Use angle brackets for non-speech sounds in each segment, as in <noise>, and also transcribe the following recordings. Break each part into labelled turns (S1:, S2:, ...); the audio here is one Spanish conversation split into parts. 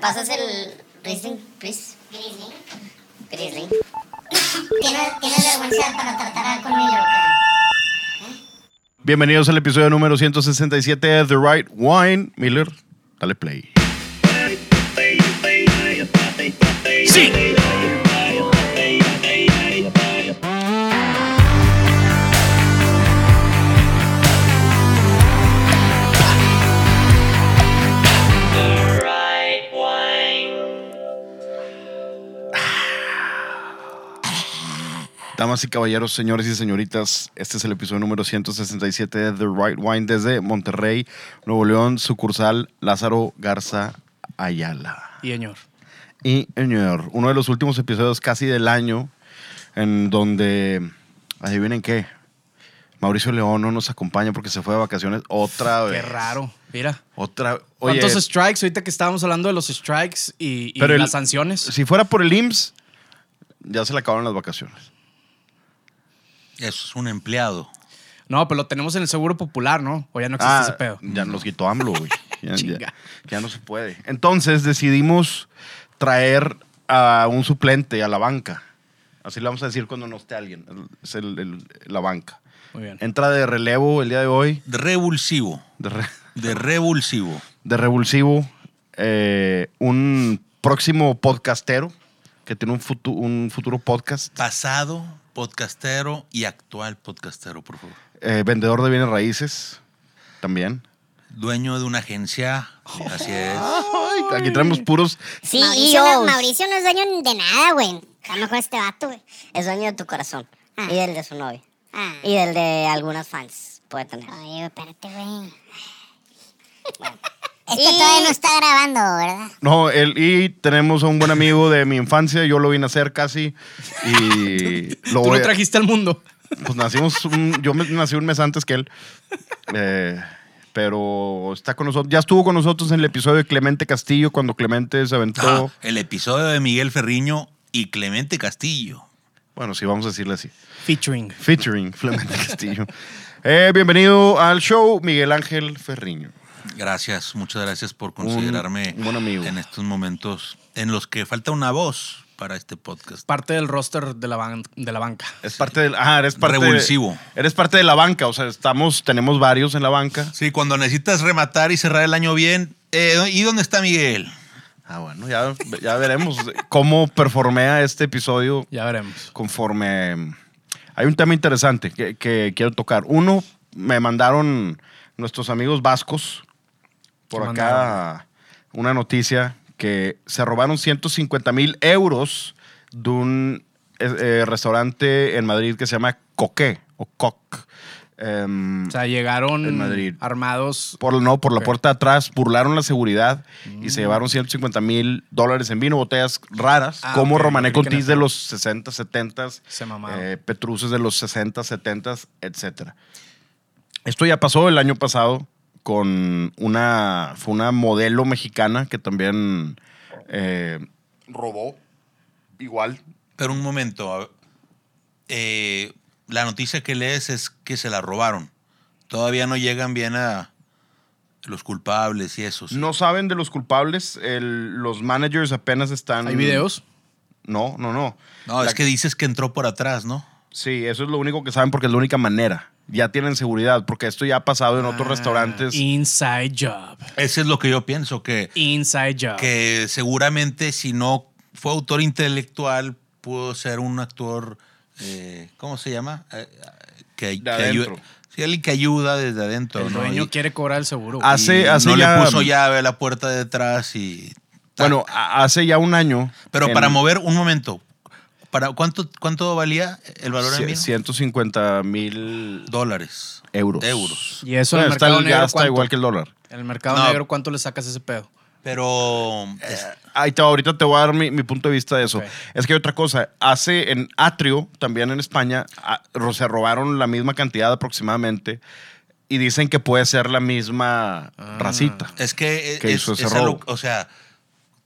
S1: pasas el Riesling, please?
S2: Grizzly.
S1: Riesling.
S2: ¿Tienes, tienes vergüenza para tratar al colmillo? o
S3: Bienvenidos al episodio número 167 de The Right Wine. Miller, dale play.
S4: Sí.
S3: Damas y caballeros, señores y señoritas, este es el episodio número 167 de The Right Wine desde Monterrey, Nuevo León, sucursal Lázaro Garza Ayala.
S4: Y señor.
S3: Y, señor, uno de los últimos episodios casi del año en donde, adivinen qué, Mauricio León no nos acompaña porque se fue de vacaciones otra
S4: Qué
S3: vez.
S4: raro. Mira.
S3: Otra Oye,
S4: ¿Cuántos strikes? Ahorita que estábamos hablando de los strikes y, y
S3: Pero el-
S4: las sanciones.
S3: Si fuera por el IMSS, ya se le acabaron las vacaciones.
S5: Eso es un empleado.
S4: No, pero lo tenemos en el Seguro Popular, ¿no? O ya no
S3: Ah,
S4: existe ese pedo.
S3: ya nos quitó AMLO,
S4: <laughs>
S3: güey. Ya,
S4: Chinga.
S3: ya- ya no se puede. Entonces decidimos traer a un suplente a la banca. Así le vamos a decir cuando no esté alguien. Es el- el- la banca.
S4: Muy bien.
S3: Entra de relevo el día de hoy,
S5: De revulsivo.
S3: de, re-
S5: De revulsivo.
S3: de revulsivo, eh, un próximo podcastero que tiene un, futu- un futuro podcast.
S5: Pasado, podcastero y actual podcastero, por favor.
S3: Eh, vendedor de bienes raíces también.
S5: Dueño de una agencia. Así es.
S3: Aquí traemos puros.
S1: Sí,
S2: Mauricio, no, Mauricio no es dueño de nada, güey. A lo mejor este vato, güey.
S1: Es dueño de tu corazón.
S2: Ah.
S1: Y del de su novia.
S2: Ah.
S1: Y del de algunas fans. Puede tener.
S2: Oye, güey, espérate, güey. Este todavía no está grabando, ¿verdad?
S3: No, él, y tenemos a un buen amigo de mi infancia. Yo lo vine a hacer casi. Y
S4: <laughs>
S3: lo
S4: Tú
S3: voy
S4: lo
S3: a-
S4: trajiste al mundo.
S3: Pues nacimos. un- yo me- nací un mes antes que él. Eh, pero está con nosotros. Ya estuvo con nosotros en el episodio de Clemente Castillo cuando Clemente se aventó.
S5: Ah, el episodio de Miguel Ferriño y Clemente Castillo.
S3: Bueno, sí, vamos a decirle así.
S4: Featuring.
S3: Featuring Clemente Castillo. Eh, bienvenido al show, Miguel Ángel Ferriño.
S5: Gracias, muchas gracias por considerarme
S3: Un buen amigo.
S5: en estos momentos en los que falta una voz para este podcast.
S4: Parte del roster de la, ban- de la banca.
S3: Es parte del. Ah, eres parte. de-
S5: Revulsivo.
S3: eres parte de la banca. O sea, estamos, tenemos varios en la banca.
S5: Sí, cuando necesitas rematar y cerrar el año bien. eh, ¿Y dónde está Miguel?
S3: Ah, bueno, ya, ya veremos cómo performea este episodio
S4: Ya veremos.
S3: conforme... Hay un tema interesante que, que quiero tocar. Uno, me mandaron nuestros amigos vascos por
S4: ¿Qué
S3: acá
S4: mandaron?
S3: una noticia que se robaron 150 mil euros de un eh, eh, restaurante en Madrid que se llama Coque o Coc. Em,
S4: O sea, llegaron
S3: En Madrid.
S4: armados.
S3: por, no, por la
S4: Ok. Mm.
S3: puerta de atrás, burlaron la seguridad y se llevaron 150 mil dólares en vino, botellas raras,
S4: Ah,
S3: como
S4: ok,
S3: Romané
S4: creí que
S3: Contis
S4: no.
S3: de los 60, 70,
S4: Se mamaron.
S3: eh, Petruces de los 60, 70, etc. Esto ya pasó el año pasado con una, fue una modelo mexicana que también eh, robó igual.
S5: Pero un momento. a ver, eh, la noticia que lees es que se la robaron. Todavía no llegan bien a los culpables y esos.
S3: No saben de los culpables, el- los managers apenas están...
S4: ¿Hay videos?
S3: No, no, no.
S5: No,
S3: La-
S5: es que dices que entró por atrás, ¿no?
S3: Sí, eso es lo único que saben porque es la única manera. Ya tienen seguridad, porque esto ya ha pasado en otros
S4: Ah,
S3: restaurantes.
S4: Inside job.
S5: Eso es lo que yo pienso, que,
S4: Inside job.
S5: que seguramente si no fue autor intelectual, pudo ser un actor, eh, ¿cómo se llama? Eh, que, que
S3: adentro.
S5: ayuda- Sí, alguien que ayuda desde adentro.
S4: El
S5: ¿no?
S4: dueño
S5: Y-
S4: quiere cobrar el seguro.
S3: Ah,
S4: güey.
S5: y
S3: Hace- hace
S5: no
S3: ya-
S5: le puso llave a la puerta de atrás y...
S3: Bueno, a- hace ya un año.
S5: Pero
S3: en
S5: para mover, un momento. Para, ¿cuánto, ¿Cuánto valía el valor en
S3: c-
S5: vino?
S3: 150 mil
S5: Dólares.
S3: euros.
S5: Euros.
S4: Y eso en el
S3: Bueno, está,
S4: mercado
S3: ya
S4: negro.
S3: está
S4: ¿cuánto?
S3: igual que el dólar.
S4: En el mercado
S5: No.
S4: negro, ¿cuánto le sacas ese pedo?
S5: Pero
S3: Eh,
S5: es-
S3: Ahí te va, ahorita te voy a dar mi, mi punto de vista de eso.
S4: Ok.
S3: Es que hay otra cosa, hace en Atrio, también en España, a- ro- se robaron la misma cantidad aproximadamente y dicen que puede ser la misma racita.
S5: Ah, es que
S3: Que
S5: es,
S3: hizo ese
S5: es algo-
S3: robo.
S5: o sea,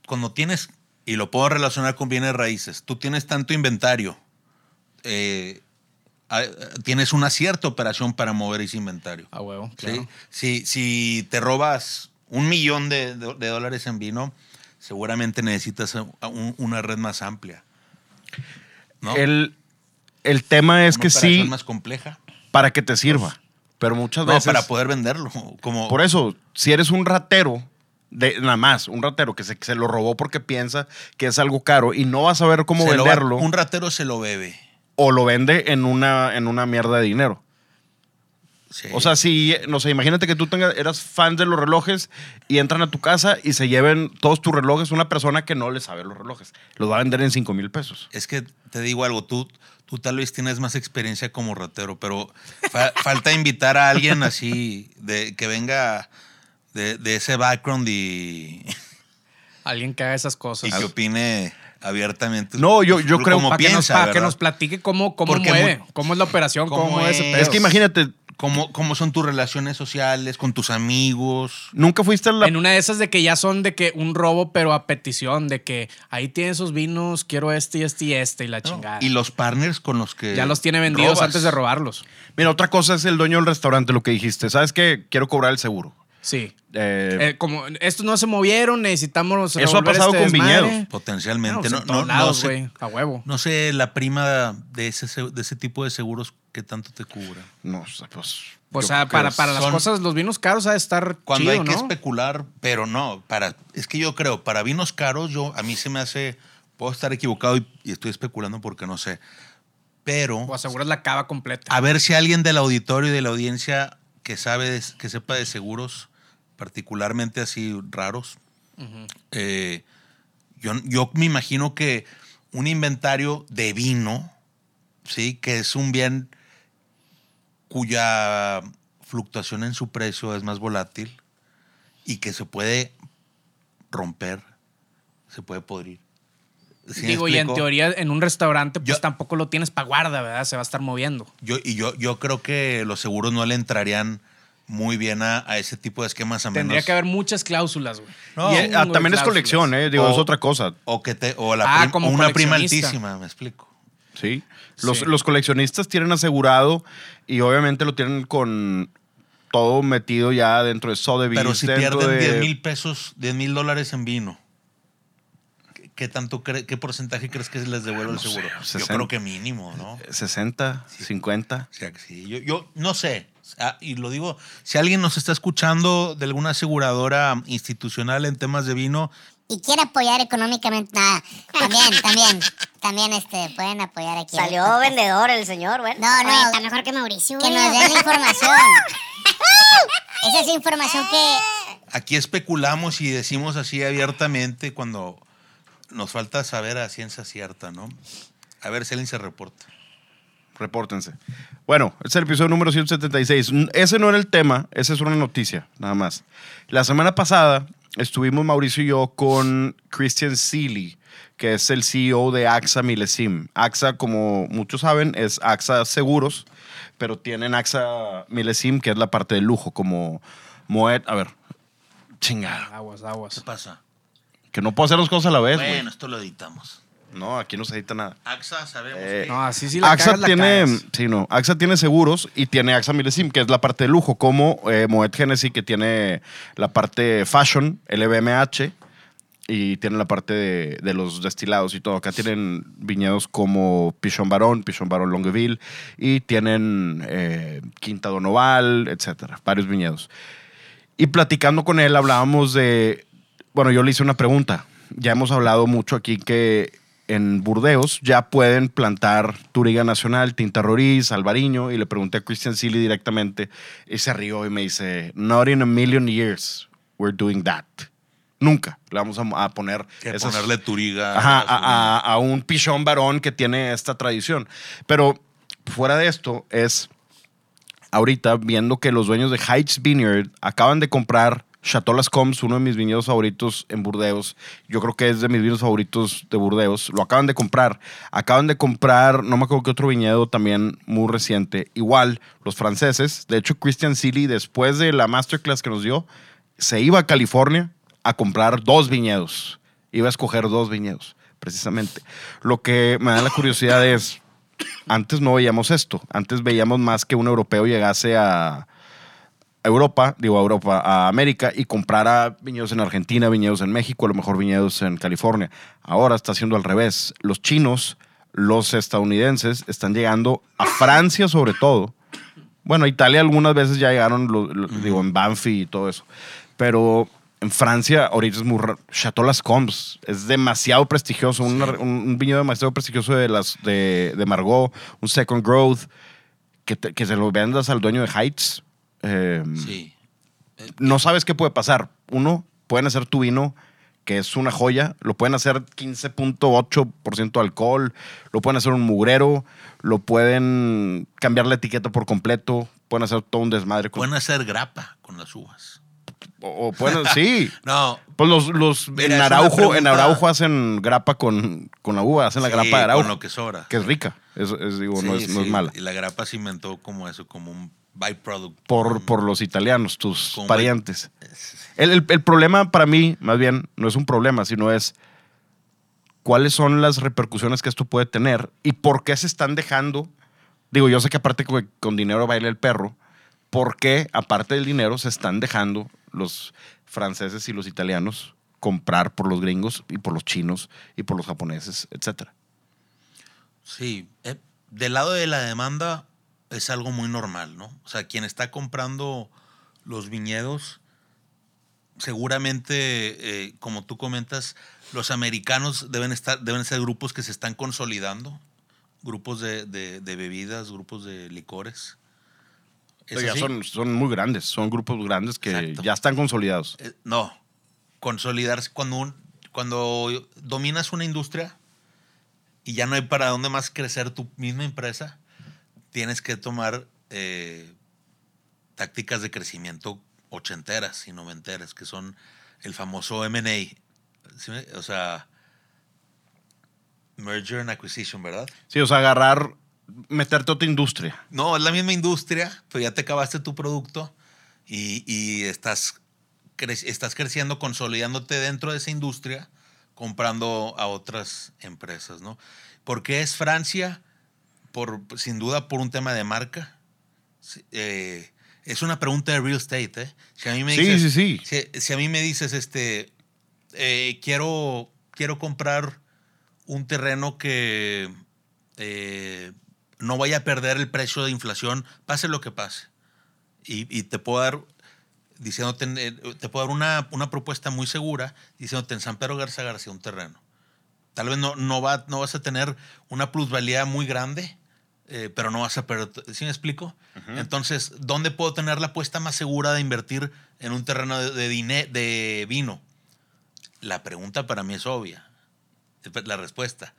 S5: cuando tienes, y lo puedo relacionar con bienes raíces, tú tienes tanto inventario, eh, a- tienes una cierta operación para mover ese inventario.
S3: Ah,
S4: A huevo.
S5: ¿sí?
S4: claro.
S5: Si, si te robas un millón de, de- de dólares en vino, seguramente necesitas eh, un- una red más amplia. ¿no?
S3: El, el tema es
S5: Una
S3: que
S5: operación
S3: sí,
S5: más compleja.
S3: para que te sirva. Pero muchas
S5: Pues, No,
S3: veces.
S5: para poder venderlo. <laughs> Como,
S3: Por eso, si eres un ratero, de, nada más, un ratero que se, que se lo robó porque piensa que es algo caro y no va a saber cómo
S5: se lo va-
S3: venderlo,
S5: un ratero se lo bebe.
S3: o lo vende en una, en una mierda de dinero.
S5: Sí.
S3: O sea, si, no sé, imagínate que tú tengas, eras fan de los relojes y entran a tu casa y se lleven todos tus relojes una persona que no le sabe los relojes. Los va a vender en 5 mil pesos.
S5: Es que te digo algo, tú, tú tal vez tienes más experiencia como ratero, pero fa- <laughs> falta invitar a alguien así de, que venga de, de ese
S3: <laughs>
S5: background y,
S4: Alguien que haga esas
S5: y
S4: cosas.
S5: que opine abiertamente.
S3: No, yo- yo creo-
S5: como
S4: para que, nos,
S5: piensa,
S4: para que
S5: ¿verdad?
S4: nos platique cómo, cómo
S5: Porque
S4: mueve,
S5: mu-
S4: cómo es la operación, cómo,
S5: cómo
S4: mueve ese
S5: es.
S4: pedo.
S3: Es que imagínate,
S5: ¿Cómo, cómo son tus relaciones sociales con tus amigos?
S3: nunca fuiste a la...
S4: En una de esas de que ya son de que un robo, pero a petición, de que ahí tiene esos vinos, quiero este y este y este y la chingada.
S5: Y los partners con los que
S4: ya los tiene vendidos
S5: robas.
S4: antes de robarlos.
S3: Mira, otra cosa es el dueño del restaurante, lo que dijiste. ¿Sabes qué? Quiero cobrar el seguro.
S4: Sí.
S3: Eh,
S4: Eh, como estos no se movieron, necesitamos.
S3: Eso ha
S4: resolver
S3: pasado
S4: este
S3: con
S4: desmadre.
S3: viñedos.
S5: Potencialmente.
S4: No, pues,
S5: No,
S4: en
S5: no,
S4: todos
S5: no
S4: lados,
S5: sé-
S4: güey, a huevo.
S5: no sé la prima de ese, se- de ese tipo de seguros que tanto te cubra.
S3: no, o sea, pues...
S4: Pues
S3: yo
S4: ah,
S3: creo
S4: para,
S3: que
S4: para las
S5: son-
S4: cosas, los vinos caros ha de estar
S5: Cuando
S4: chido,
S5: hay que
S4: ¿no?
S5: especular, pero no, para es que yo creo, para vinos caros, yo a mí se me hace, puedo estar equivocado y, y estoy especulando porque no sé, pero
S4: O aseguras la cava completa.
S5: a ver si alguien del auditorio y de la audiencia que sabe, de- que sepa de seguros, particularmente así raros, eh, yo, yo me imagino que un inventario de vino, sí, que es un bien cuya fluctuación en su precio es más volátil y que se puede romper, se puede podrir. ¿Sí me
S4: Digo, y en
S5: explico?
S4: teoría, en un restaurante, pues
S5: Yo-
S4: tampoco lo tienes para guarda, ¿verdad? Se va a estar moviendo.
S5: Yo, y yo, yo creo que los seguros no le entrarían muy bien a, a ese tipo de esquemas a
S4: Tendría
S5: menos-
S4: que haber muchas cláusulas, güey.
S5: No,
S3: Y,
S4: Un
S3: eh,
S4: chingo de
S3: también es
S4: cláusulas.
S3: colección, ¿eh? Digo,
S5: O-
S3: es otra cosa.
S5: o que te o la
S4: Ah,
S5: prim-
S4: como
S5: o una prima
S4: coleccionista.
S5: altísima, me explico.
S3: Sí. Los,
S4: Sí.
S3: los coleccionistas tienen asegurado y obviamente lo tienen con todo metido ya dentro de Sotheby's.
S5: Pero si
S3: dentro
S5: pierden
S3: de-
S5: 10 mil pesos, 10 mil dólares en vino, ¿qué, qué tanto cre- qué porcentaje crees que les devuelve
S3: Ah,
S5: el
S3: no sé,
S5: seguro? yo
S3: 60.
S5: creo que mínimo, ¿no?
S3: 60, 50.
S5: O sea, que sí, yo, yo no sé. Ah, y lo digo, si alguien nos está escuchando de alguna aseguradora institucional en temas de vino,
S2: Y quiere apoyar económicamente. Nada, también, también. También este, pueden apoyar aquí.
S1: Salió vendedor el señor, bueno.
S2: No, no.
S6: Oye, está mejor que Mauricio. ¿eh?
S2: Que
S6: güey.
S2: nos den la información.
S6: <laughs>
S2: Esa es información que.
S5: aquí especulamos y decimos así abiertamente cuando nos falta saber a ciencia cierta, ¿no? A ver si alguien se reporta.
S3: Repórtense. Bueno, este es el episodio número 176. N- Mm, Ese no era el tema, esa es una noticia, nada más. La semana pasada estuvimos Mauricio y yo con Christian Seeley, que es el CEO de AXA Milesim. AXA, como muchos saben, es AXA Seguros, pero tienen AXA Milesim, que es la parte de lujo, como Moet. A ver, chingada.
S4: Aguas,
S5: ¿Qué
S4: aguas.
S5: pasa?
S3: Que no puedo hacer dos cosas a la vez, güey.
S5: bueno, esto lo editamos.
S3: No, aquí no se edita nada.
S5: AXA, sabemos.
S3: Eh,
S5: que-
S4: No, así sí la
S3: AXA
S4: cagas, la
S3: tiene,
S4: cagas.
S3: sí, no, AXA tiene seguros y tiene AXA Milesim, que es la parte de lujo, como eh, Moet Genesis, que tiene la parte fashion, E LVMH, y tiene la parte de, de los destilados y todo. Acá tienen viñedos como Pichon Barón, Pichon Barón Longueville, y tienen eh, Quinta Donoval, etcétera, varios viñedos. Y platicando con él hablábamos de, bueno, yo le hice una pregunta. Ya hemos hablado mucho aquí que en Burdeos ya pueden plantar Turiga Nacional, Tinta Roriz, Alvariño, y le pregunté a Christian Seeley directamente y se rió y me dice, not in a million years we're doing that. Nunca le vamos a, a poner
S5: que
S3: esas-
S5: ponerle turiga.
S3: Ajá, a, a- a un pichón varón que tiene esta tradición. Pero fuera de esto, es ahorita viendo que los dueños de Heights Vineyard acaban de comprar Chateau Las Coms, uno de mis viñedos favoritos en Burdeos. Yo creo que es de mis vinos favoritos de Burdeos. Lo acaban de comprar. Acaban de comprar, no me acuerdo qué otro viñedo también muy reciente. Igual, los franceses. De hecho, Christian Seeley, después de la masterclass que nos dio, se iba a California a comprar dos viñedos. Iba a escoger dos viñedos, precisamente. Lo que me da la curiosidad es, antes no veíamos esto. Antes veíamos más que un europeo llegase a, a Europa, digo a Europa, a América y comprara viñedos en Argentina, viñedos en México, a lo mejor viñedos en California. Ahora está haciendo al revés. Los chinos, los estadounidenses están llegando a Francia sobre todo. Bueno, a Italia algunas veces ya llegaron, lo- lo- digo, en Banfi y todo eso. Pero en Francia ahorita es muy raro. Chateau Las Combes es demasiado prestigioso, un, un, un viñedo demasiado prestigioso de, las, de, de Margot, un Second Growth, que, te- que se lo vendas al dueño de Heights. Eh,
S5: Sí.
S3: No sabes qué puede pasar. Uno, pueden hacer tu vino, que es una joya, lo pueden hacer 15.8% de alcohol, lo pueden hacer un mugrero, lo pueden cambiar la etiqueta por completo, pueden hacer todo un desmadre. Con,
S5: Pueden hacer grapa con las uvas.
S3: o, o pueden, <laughs> sí.
S5: No.
S3: Pues los, los
S5: Mira,
S3: en
S5: es una
S3: Araujo, en
S5: pregunta-
S3: Araujo hacen grapa con, con la uva, hacen la
S5: sí,
S3: grapa de Araujo,
S5: Con lo
S3: que,
S5: que sobra.
S3: es rica. Es, es, digo, no,
S5: Sí,
S3: es, no es
S5: sí,
S3: mala.
S5: Y la grapa se inventó como eso, como un byproduct.
S3: Por, por los italianos, tus
S5: Como-
S3: parientes. El, el- el problema para mí, más bien, no es un problema, sino es cuáles son las repercusiones que esto puede tener y por qué se están dejando. Digo, yo sé que aparte con, con dinero baila el perro, ¿por qué, aparte del dinero, se están dejando los franceses y los italianos comprar por los gringos y por los chinos y por los japoneses, etcétera?
S5: Sí, eh, del lado de la demanda es algo muy normal, ¿no? O sea, quien está comprando los viñedos, seguramente, eh, como tú comentas, los americanos deben, estar, deben ser grupos que se están consolidando, grupos de, de- de bebidas, grupos de licores. ¿Es
S3: Ya
S5: así?
S3: son, son muy grandes, son grupos grandes que
S5: Exacto.
S3: ya están consolidados.
S5: Eh, no, consolidarse cuando, un- cuando dominas una industria y ya no hay para dónde más crecer tu misma empresa, tienes que tomar eh, tácticas de crecimiento ochenteras y noventeras, que son el famoso M&A, ¿sí me- o sea, Merger and Acquisition, ¿verdad?
S3: Sí, o sea, agarrar, meterte a otra industria.
S5: No, es la misma industria, pero ya te acabaste tu producto y, y estás, cre- estás creciendo, consolidándote dentro de esa industria, comprando a otras empresas, ¿no? Porque es Francia, por, sin duda, por un tema de marca. Sí, eh, es una pregunta de real estate, ¿eh? Si a mí me
S3: Sí,
S5: dices,
S3: sí, sí.
S5: Si, si a mí me dices, este, eh, quiero, quiero comprar un terreno que eh, no vaya a perder el precio de inflación, pase lo que pase. Y, y te puedo dar, diciéndote, en- eh, te puedo dar una, una propuesta muy segura, diciéndote en San Pedro Garza García un terreno. Tal vez no, no, va, no vas a tener una plusvalía muy grande, eh, pero no vas a perder. tu- ¿Sí me explico? Entonces, ¿dónde puedo tener la apuesta más segura de invertir en un terreno de, de, dine- de vino? La pregunta para mí es obvia. La respuesta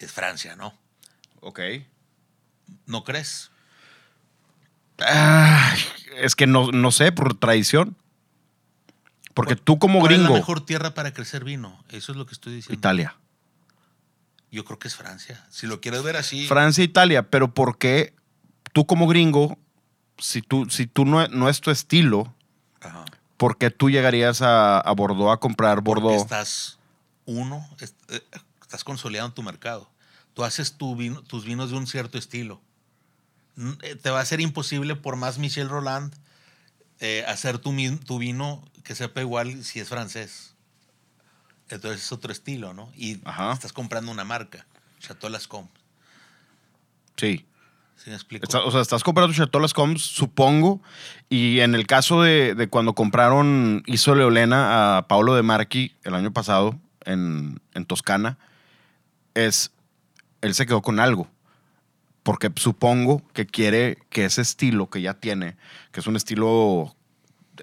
S5: es Francia, ¿no?
S3: Ok.
S5: ¿No crees?
S3: Ay, es que no, no sé, por tradición. Porque tú como
S5: ¿Cuál es la
S3: gringo,
S5: mejor tierra para crecer vino? Eso es lo que estoy diciendo.
S3: Italia.
S5: Yo creo que es Francia. Si lo quieres ver así.
S3: Francia, Italia, pero ¿por qué tú como gringo, si tú, si tú no, no es tu estilo,
S5: Ajá.
S3: ¿por qué tú llegarías a, a Bordeaux a comprar
S5: Porque
S3: Bordeaux?
S5: estás uno, est- eh, estás consolidando tu mercado. Tú haces tu vino- tus vinos de un cierto estilo. N- eh, Te va a ser imposible, por más Michel Roland, eh, hacer tu, mi- tu vino que sepa igual si es francés. Entonces es otro estilo, ¿no? Y
S3: Ajá.
S5: estás comprando una marca, Chateau Lascombe.
S3: Sí.
S5: ¿Sí me explico?
S3: Está- o sea, estás comprando Chateau Las Combs, supongo. Y en el caso de, de cuando compraron Iso Leolena a Paolo de Marchi el año pasado en, en Toscana, es. Él se quedó con algo. Porque supongo que quiere que ese estilo que ya tiene, que es un estilo.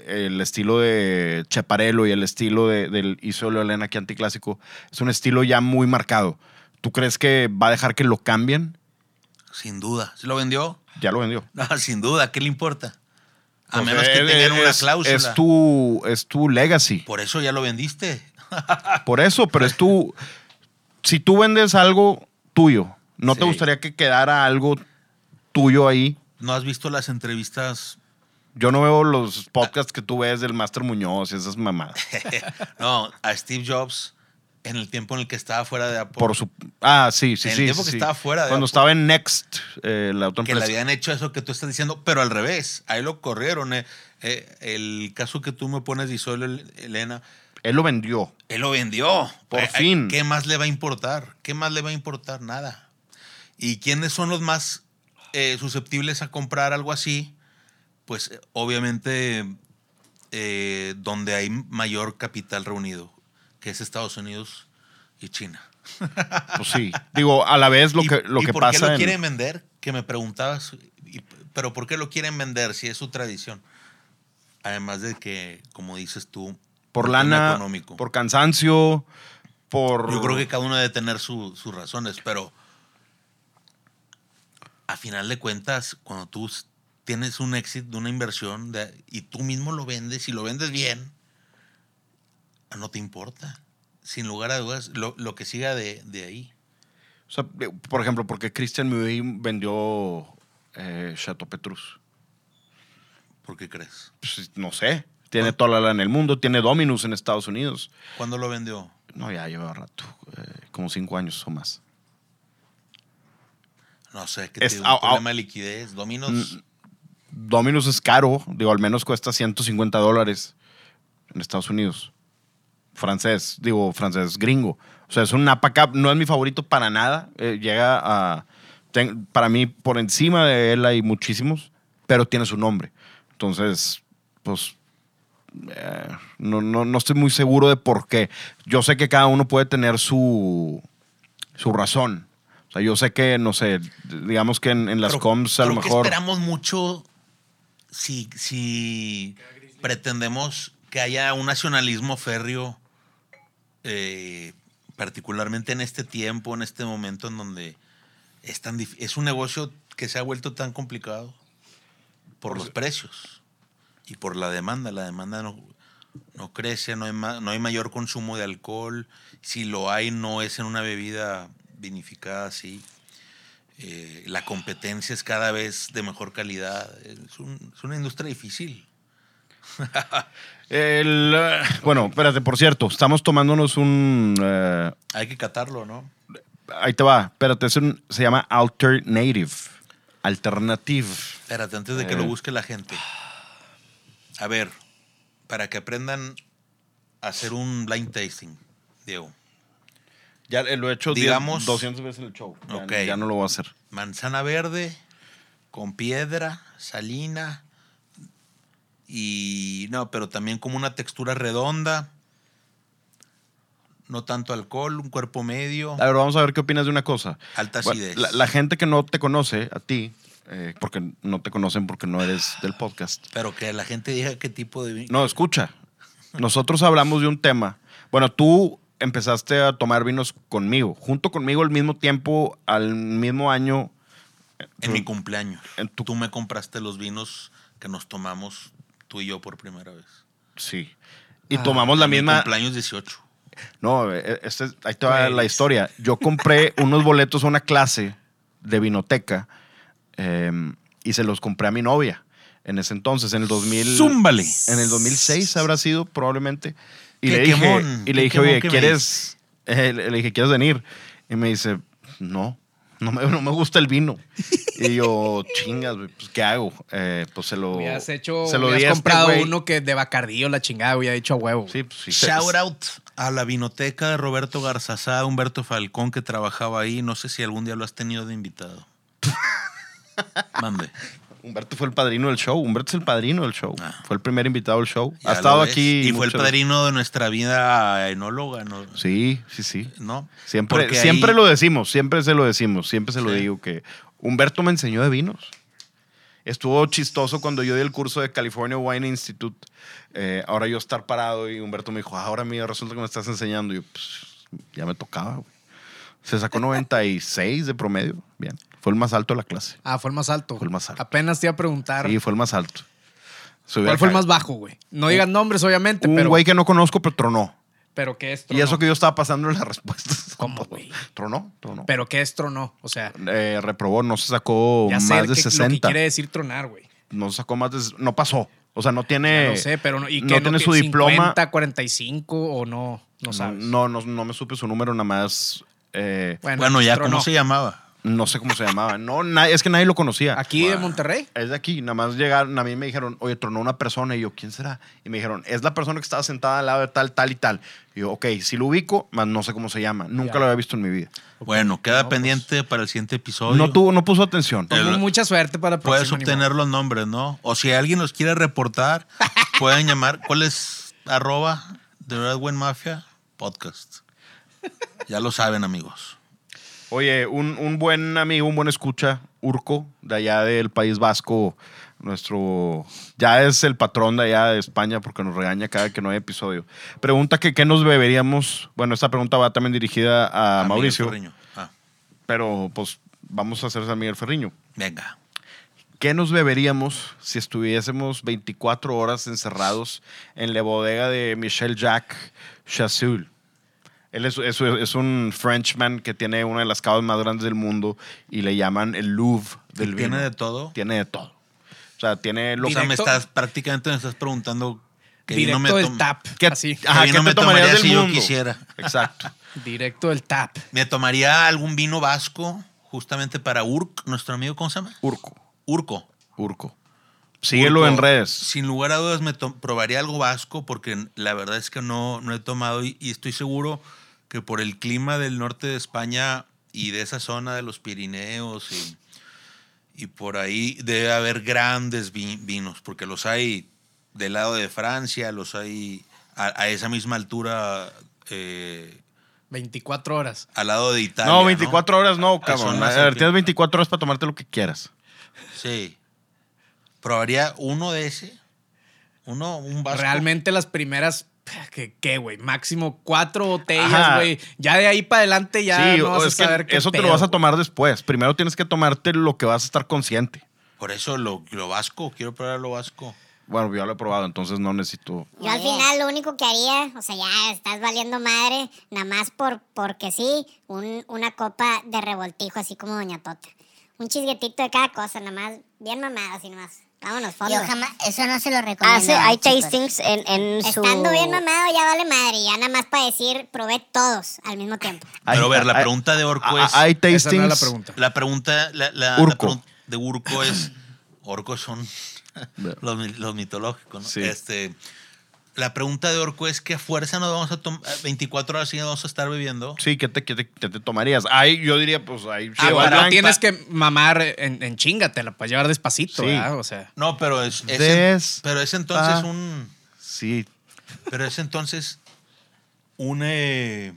S3: El estilo de Cheparello y el estilo de, del Iso Leolena aquí anticlásico, es un estilo ya muy marcado. ¿Tú crees que va a dejar que lo cambien?
S5: Sin duda. ¿Se lo vendió?
S3: Ya lo vendió.
S5: No, <laughs> sin duda. ¿Qué le importa? A
S3: Pues,
S5: menos que
S3: eh,
S5: tengan
S3: eh,
S5: una
S3: es-
S5: cláusula.
S3: Es tu, es tu legacy.
S5: Por eso ya lo vendiste.
S3: Por eso, pero es tu. Si tú vendes algo tuyo, ¿no te
S5: Sí.
S3: gustaría que quedara algo tuyo ahí?
S5: ¿No has visto las entrevistas
S3: Yo no veo los
S5: <laughs>
S3: podcasts que tú ves del Master Muñoz y esas mamadas.
S5: no, a Steve Jobs, en el tiempo en el que estaba fuera de Apple.
S3: Por su, ah, sí, sí,
S5: En el
S3: sí.
S5: tiempo
S3: sí,
S5: que
S3: sí.
S5: estaba fuera de
S3: Cuando
S5: Apple.
S3: estaba en Next, eh, la otra
S5: que le
S3: empresa.
S5: habían hecho eso que tú estás diciendo, pero al revés, ahí lo corrieron. eh. Eh, el caso que tú me pones de Isol Elena,
S3: Él lo vendió.
S5: él lo vendió.
S3: Por
S5: Eh, eh,
S3: fin.
S5: ¿Qué más le va a importar? ¿Qué más le va a importar? Nada. ¿Y quiénes son los más eh, susceptibles a comprar algo así? Pues eh, obviamente eh, donde hay mayor capital reunido, que es Estados Unidos y China.
S3: Pues sí. Digo, a la vez lo
S5: ¿Y-
S3: que, lo
S5: y
S3: que
S5: por
S3: pasa.
S5: qué lo
S3: en-
S5: quieren vender? Que me preguntabas. y- ¿Pero por qué lo quieren vender si es su tradición? Además de que, como dices tú,
S3: por
S5: un tema
S3: lana,
S5: económico.
S3: por cansancio, por.
S5: Yo creo que cada uno debe tener su- sus razones, pero a final de cuentas, cuando tú s- tienes un éxito de una inversión de- y tú mismo lo vendes y lo vendes bien, ah, no te importa. Sin lugar a dudas, lo, lo que siga de, de ahí.
S3: o sea, digo, por ejemplo, porque Christian Mui vendió eh, Chateau Petrus.
S5: ¿Por qué crees?
S3: Pues, no sé. Tiene toda la lana en el mundo, tiene Dominus en Estados Unidos.
S5: ¿Cuándo lo vendió?
S3: No, ya lleva rato, eh, como cinco años o más.
S5: No sé, que
S3: Es
S5: tiene
S3: au-
S5: un
S3: au-
S5: problema de liquidez. Dominos,
S3: Dominus es caro, digo, al menos cuesta 150 dólares en Estados Unidos. Francés, digo, francés gringo. O sea, es un Napa Cup, no es mi favorito para nada. Eh, llega a. ten- para mí, por encima de él hay muchísimos, pero tiene su nombre. Entonces, pues. eh, no, no, no estoy muy seguro de por qué. Yo sé que cada uno puede tener su, su razón. O sea, yo sé que, no sé, digamos que en, en las
S5: creo-
S3: comms a lo
S5: creo que
S3: mejor.
S5: esperamos mucho si, si pretendemos que haya un nacionalismo férreo, eh, particularmente en este tiempo, en este momento en donde es, tan dif- es un negocio que se ha vuelto tan complicado por los precios y por la demanda. La demanda no, no crece, no hay, ma- no hay mayor consumo de alcohol. Si lo hay, no es en una bebida vinificada así. Eh, la competencia es cada vez de mejor calidad. Es, un- es una industria difícil.
S3: El, eh, bueno, espérate, por cierto, estamos tomándonos un. eh,
S5: Hay que catarlo, ¿no?
S3: ahí te va, espérate, es un- se llama Alternative. Alternative.
S5: Espérate, antes de que
S3: Eh.
S5: lo busque la gente. A ver, para que aprendan a hacer un blind tasting, Diego.
S3: Ya eh, lo he hecho
S5: Digamos-
S3: digamos, 200 veces el show. Ya-
S5: Ok.
S3: Ya, no lo voy a hacer.
S5: Manzana verde con piedra, salina y no, pero también como una textura redonda. No tanto alcohol, un cuerpo medio.
S3: A ver, vamos a ver qué opinas de una cosa.
S5: Alta
S3: Bueno,
S5: acidez.
S3: la, la gente que no te conoce, a ti, eh, porque no te conocen porque no eres del podcast.
S5: Pero que la gente diga qué tipo de vino.
S3: No, escucha. Nosotros hablamos de un tema. Bueno, tú empezaste a tomar vinos conmigo, junto conmigo al mismo tiempo, al mismo año.
S5: En mi cumpleaños.
S3: en tu-
S5: Tú me compraste los vinos que nos tomamos tú y yo por primera vez.
S3: Sí.
S5: Ah,
S3: Y tomamos la
S5: En mi
S3: misma.
S5: cumpleaños 18.
S3: No, eh, este, es- ahí te va
S4: Pues.
S3: la historia. Yo
S5: <laughs>
S3: compré unos boletos a una clase de vinoteca eh, y se los compré a mi novia en ese entonces, en el 2000.
S5: ¡Zúmbale!
S3: En el 2006 habrá sido probablemente. Y
S5: ¡Qué
S3: le dije,
S5: quemón!
S3: y le
S5: ¡Qué
S3: dije
S5: quemón
S3: oye,
S5: que me
S3: ¿quieres? eh, le le dije, ¿quieres venir? Y me dice, no, no me, no me gusta el vino. Y
S5: <laughs>
S3: yo, chingas, güey, pues, ¿qué hago? Eh, pues se lo.
S4: Hubieras hecho,
S3: se lo
S4: hubieras
S3: di a este
S4: comprado
S3: güey.
S4: uno que de Bacardí o la chingada hubiera dicho a huevo.
S3: Sí, pues, sí, se-
S5: Shout out a la vinoteca de Roberto Garzazá, Humberto Falcón, que trabajaba ahí. No sé si algún día lo has tenido de invitado.
S3: <laughs>
S5: Mande.
S3: Humberto fue el padrino del show. Humberto es el padrino del show.
S5: Ah.
S3: Fue el primer invitado del show.
S5: Ya
S3: ha
S5: lo
S3: estado
S5: ves.
S3: aquí.
S5: Y fue el
S3: muchas-
S5: padrino de nuestra vida enóloga, ¿no?
S3: Sí, sí, sí.
S5: ¿No?
S3: Siempre,
S5: Porque ahí-
S3: siempre lo decimos, siempre se lo decimos, siempre se lo
S5: Sí.
S3: digo que Humberto me enseñó de vinos. Estuvo chistoso cuando yo di el curso de California Wine Institute. eh, ahora yo estar parado y Humberto me dijo, "Ah, ahora mira, resulta que me estás enseñando. Y yo, pues, ya me tocaba, güey. Se sacó 96 de promedio. Bien. Fue el más alto de la clase.
S4: Ah, fue el más alto.
S3: Fue el más alto.
S4: Apenas te iba a preguntar.
S3: Sí, fue el más alto. Se hubiera
S4: ¿Cuál fue
S3: cagado.
S4: el más bajo, güey? No digas nombres, obviamente,
S3: Un
S4: pero.
S3: güey que no conozco, pero tronó.
S4: Pero qué es
S3: Y
S4: tronó?
S3: eso que yo estaba pasando en las respuestas. <laughs>
S4: ¿Cómo, güey?
S3: Tronó, tronó.
S4: Pero qué es tronó. O sea,
S3: Eh, reprobó, no se sacó
S4: ya sé
S3: más
S4: que-
S3: de
S4: lo que
S3: 60.
S4: quiere decir tronar, güey.
S3: No se sacó más de. No pasó. O sea, no tiene.
S4: no sé, pero no, y
S3: Eh, no
S4: que
S3: tiene su
S4: 50, 45 o no, no
S3: diploma.
S4: sabes.
S3: No, no, no me supe su número, nada más. eh,
S5: Bueno, ya, ¿cómo
S4: no
S5: se llamaba?
S3: no sé cómo se llamaba. No, na- es que nadie lo conocía.
S4: Aquí de Monterrey.
S3: Es de aquí. Nada más llegaron, a mí me dijeron, oye, tronó una persona. Y yo, ¿quién será? Y me dijeron, es la persona que estaba sentada al lado de tal, tal y tal. Y yo, ok, si lo ubico, más no sé cómo se llama. Nunca
S4: Ya.
S3: lo había visto en mi vida.
S5: Bueno, queda
S4: No, pues.
S5: pendiente para el siguiente episodio.
S3: No, tuvo, no puso atención.
S5: Eh,
S4: Tuvo
S5: el-
S4: mucha suerte para la
S5: Puedes
S4: próxima, ni modo.
S5: obtener los nombres, ¿no? O si alguien los quiere reportar,
S4: <laughs>
S5: pueden llamar. ¿Cuál es arroba de Red Wine Mafia Podcast? Ya lo saben, amigos.
S3: Oye, un, un buen amigo, un buen escucha, Urco, de allá del País Vasco, nuestro, ya es el patrón de allá de España porque nos regaña cada que no hay episodio. Pregunta que qué nos beberíamos, bueno, esta pregunta va también dirigida a,
S5: Miguel
S3: Mauricio,
S5: Carreño. Ah,
S3: pero pues vamos a hacer San Miguel Ferriño.
S5: venga.
S3: ¿Qué nos beberíamos si estuviésemos 24 horas encerrados en la bodega de Michel Jacques Chasseul? Él es, es- es un Frenchman que tiene una de las cavas más grandes del mundo y le llaman el Louvre del vino.
S5: ¿Tiene de todo?
S3: Tiene de todo. O sea, tiene lo
S5: O sea, me
S4: Directo-
S5: estás, prácticamente me estás preguntando que yo
S4: Directo
S5: no me
S4: del
S5: tom-
S4: tap.
S3: ¿Qué- Ah.
S4: Así.
S3: ajá,
S5: Que
S3: ¿qué
S5: no me
S3: te tomarías
S5: tomaría
S3: del
S5: si yo
S3: mundo?
S5: quisiera.
S3: Exacto.
S4: Directo del tap.
S5: Me tomaría algún vino vasco justamente para Urk, nuestro amigo, ¿cómo se llama?
S3: Urco.
S5: Urco.
S3: Urco. Síguelo
S5: Urco,
S3: en redes.
S5: Sin lugar a dudas me to- probaría algo vasco porque la verdad es que no, no he tomado y, y estoy seguro que por el clima del norte de España y de esa zona de los Pirineos y, y por ahí debe haber grandes vi- vinos porque los hay del lado de Francia, los hay a, a esa misma altura eh,
S4: 24 horas.
S5: al lado de Italia.
S3: No, 24 horas no, cabrón.
S5: son
S3: A
S5: las
S3: ver,
S5: que-
S3: tienes 24 horas para tomarte lo que quieras.
S5: Sí. Probaría uno de ese. Uno, un vasco.
S4: Realmente las primeras. que- ¿Qué, güey? Máximo cuatro botellas,
S3: Ajá.
S4: güey. Ya de ahí para adelante ya
S3: sí,
S4: no vas
S3: o
S4: a
S3: es que
S4: saber qué
S3: eso te lo
S4: pedo,
S3: vas a
S4: güey.
S3: tomar después. Primero tienes que tomarte lo que vas a estar consciente.
S5: Por eso lo, lo vasco, quiero probar lo vasco.
S3: Bueno, yo lo he probado, entonces no necesito.
S2: Muy
S1: Yo al
S2: bien.
S1: final lo único que haría, o sea, ya estás valiendo madre, nada más por porque sí, un- una copa de revoltijo así como Doña Tota. Un chisguetito de cada cosa, nada más, bien mamada así nomás. Vámonos, fondo.
S2: Yo jamás, eso no se lo recomiendo.
S1: Hace, Ah, hay
S2: chicos.
S1: tastings en, en su...
S2: Estando bien mamado ya vale madre, ya nada más para decir probé todos al mismo tiempo.
S5: Pero a ver, la
S3: Hay-
S5: pregunta de Orco
S3: hay-
S5: es.
S3: Ah, Hay
S4: Esa no era la
S3: tastings.
S4: pregunta.
S5: La pregunta la, la- la
S3: Urco.
S5: pregun- de
S3: <coughs>
S5: Urco es. Orco son los, mi- los mitológicos, ¿no?
S3: Sí.
S5: Este, la pregunta de Orco es: ¿qué a fuerza nos vamos a tomar? 24 horas y vamos a estar bebiendo.
S3: Sí, ¿qué te, qué te- qué te tomarías? Ahí yo diría, pues ahí.
S4: Ah,
S3: sí,
S4: pero
S3: va blanca.
S4: tienes que mamar en, en chinga, te la puedes llevar despacito,
S3: Sí.
S4: ¿verdad? O sea,
S5: No, pero es. es
S3: Des-
S5: pero es entonces
S3: pa-
S5: un.
S3: Sí.
S5: Pero es entonces un. eh,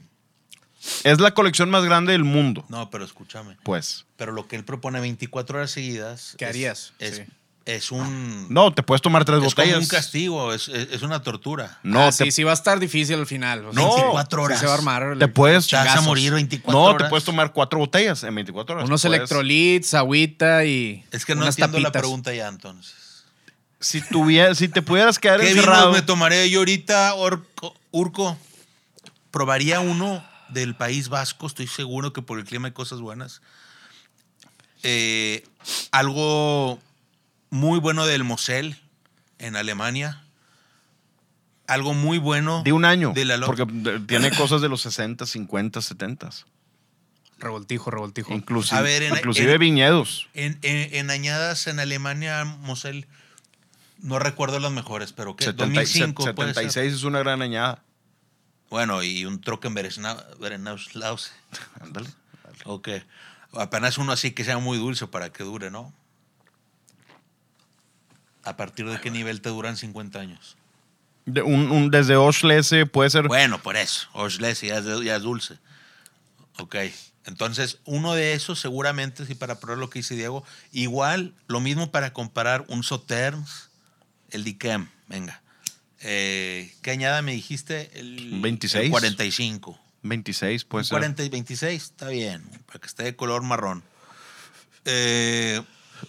S3: Es la colección más grande del mundo,
S5: no, pero escúchame.
S3: pues.
S5: Pero lo que él propone 24 horas seguidas.
S4: ¿Qué
S5: es-
S4: harías?
S5: Es,
S4: Sí.
S5: es un.
S3: No, te puedes tomar tres
S5: es como
S3: botellas.
S5: un castigo, es, es- es una tortura.
S3: No,
S4: ah,
S3: te,
S4: sí, sí va a estar difícil al final. o sea,
S3: No,
S4: sí-
S5: 24 horas.
S4: sí se va a armar. el-
S3: te puedes.
S5: Te vas a
S3: chingazos.
S5: morir 24
S3: No, te
S5: horas.
S3: puedes tomar cuatro botellas en 24 horas.
S4: Unos
S3: pues, Puedes-
S4: electrolits, agüita y.
S5: Es que no
S4: unas
S5: entiendo la
S4: tapitas.
S5: pregunta ya entonces.
S3: Si, tuviera, si te pudieras
S4: <laughs>
S3: quedar
S5: ¿Qué vinos
S3: encerrado.
S5: me tomaré yo ahorita, Orco- Urco? Probaría uno del País Vasco, estoy seguro que por el clima hay cosas buenas. Eh, algo muy bueno del Mosel en Alemania. Algo muy bueno.
S3: De un año.
S5: de la lo-
S3: porque de- tiene cosas de los 60, 50, 70.
S4: Revoltijo, revoltijo.
S3: Inclusive,
S5: A ver, en-
S3: inclusive
S5: en-
S3: viñedos.
S5: En, en- en añadas en Alemania, Mosel, no recuerdo las mejores, pero que 2005 puede ser.
S3: 76 es una gran añada.
S5: Bueno, y un Trockenberg
S3: <laughs> Ándale.
S5: Ok. Apenas uno así que sea muy dulce para que dure, ¿no? ¿A partir de qué nivel te duran 50 años?
S3: De un, un- desde Oshlese puede ser.
S5: Bueno, por eso. Oshles ya, es de- ya es dulce. Ok. Entonces, uno de esos seguramente, sí, para probar lo que dice Diego, igual, lo mismo para comparar un Soterms, el Dicam, venga. Eh, ¿Qué añada me dijiste? El, el
S3: 26.
S5: 45.
S3: 26 puede
S5: Un
S3: ser.
S5: 40 y 26, está bien, para que esté de color marrón. Eh,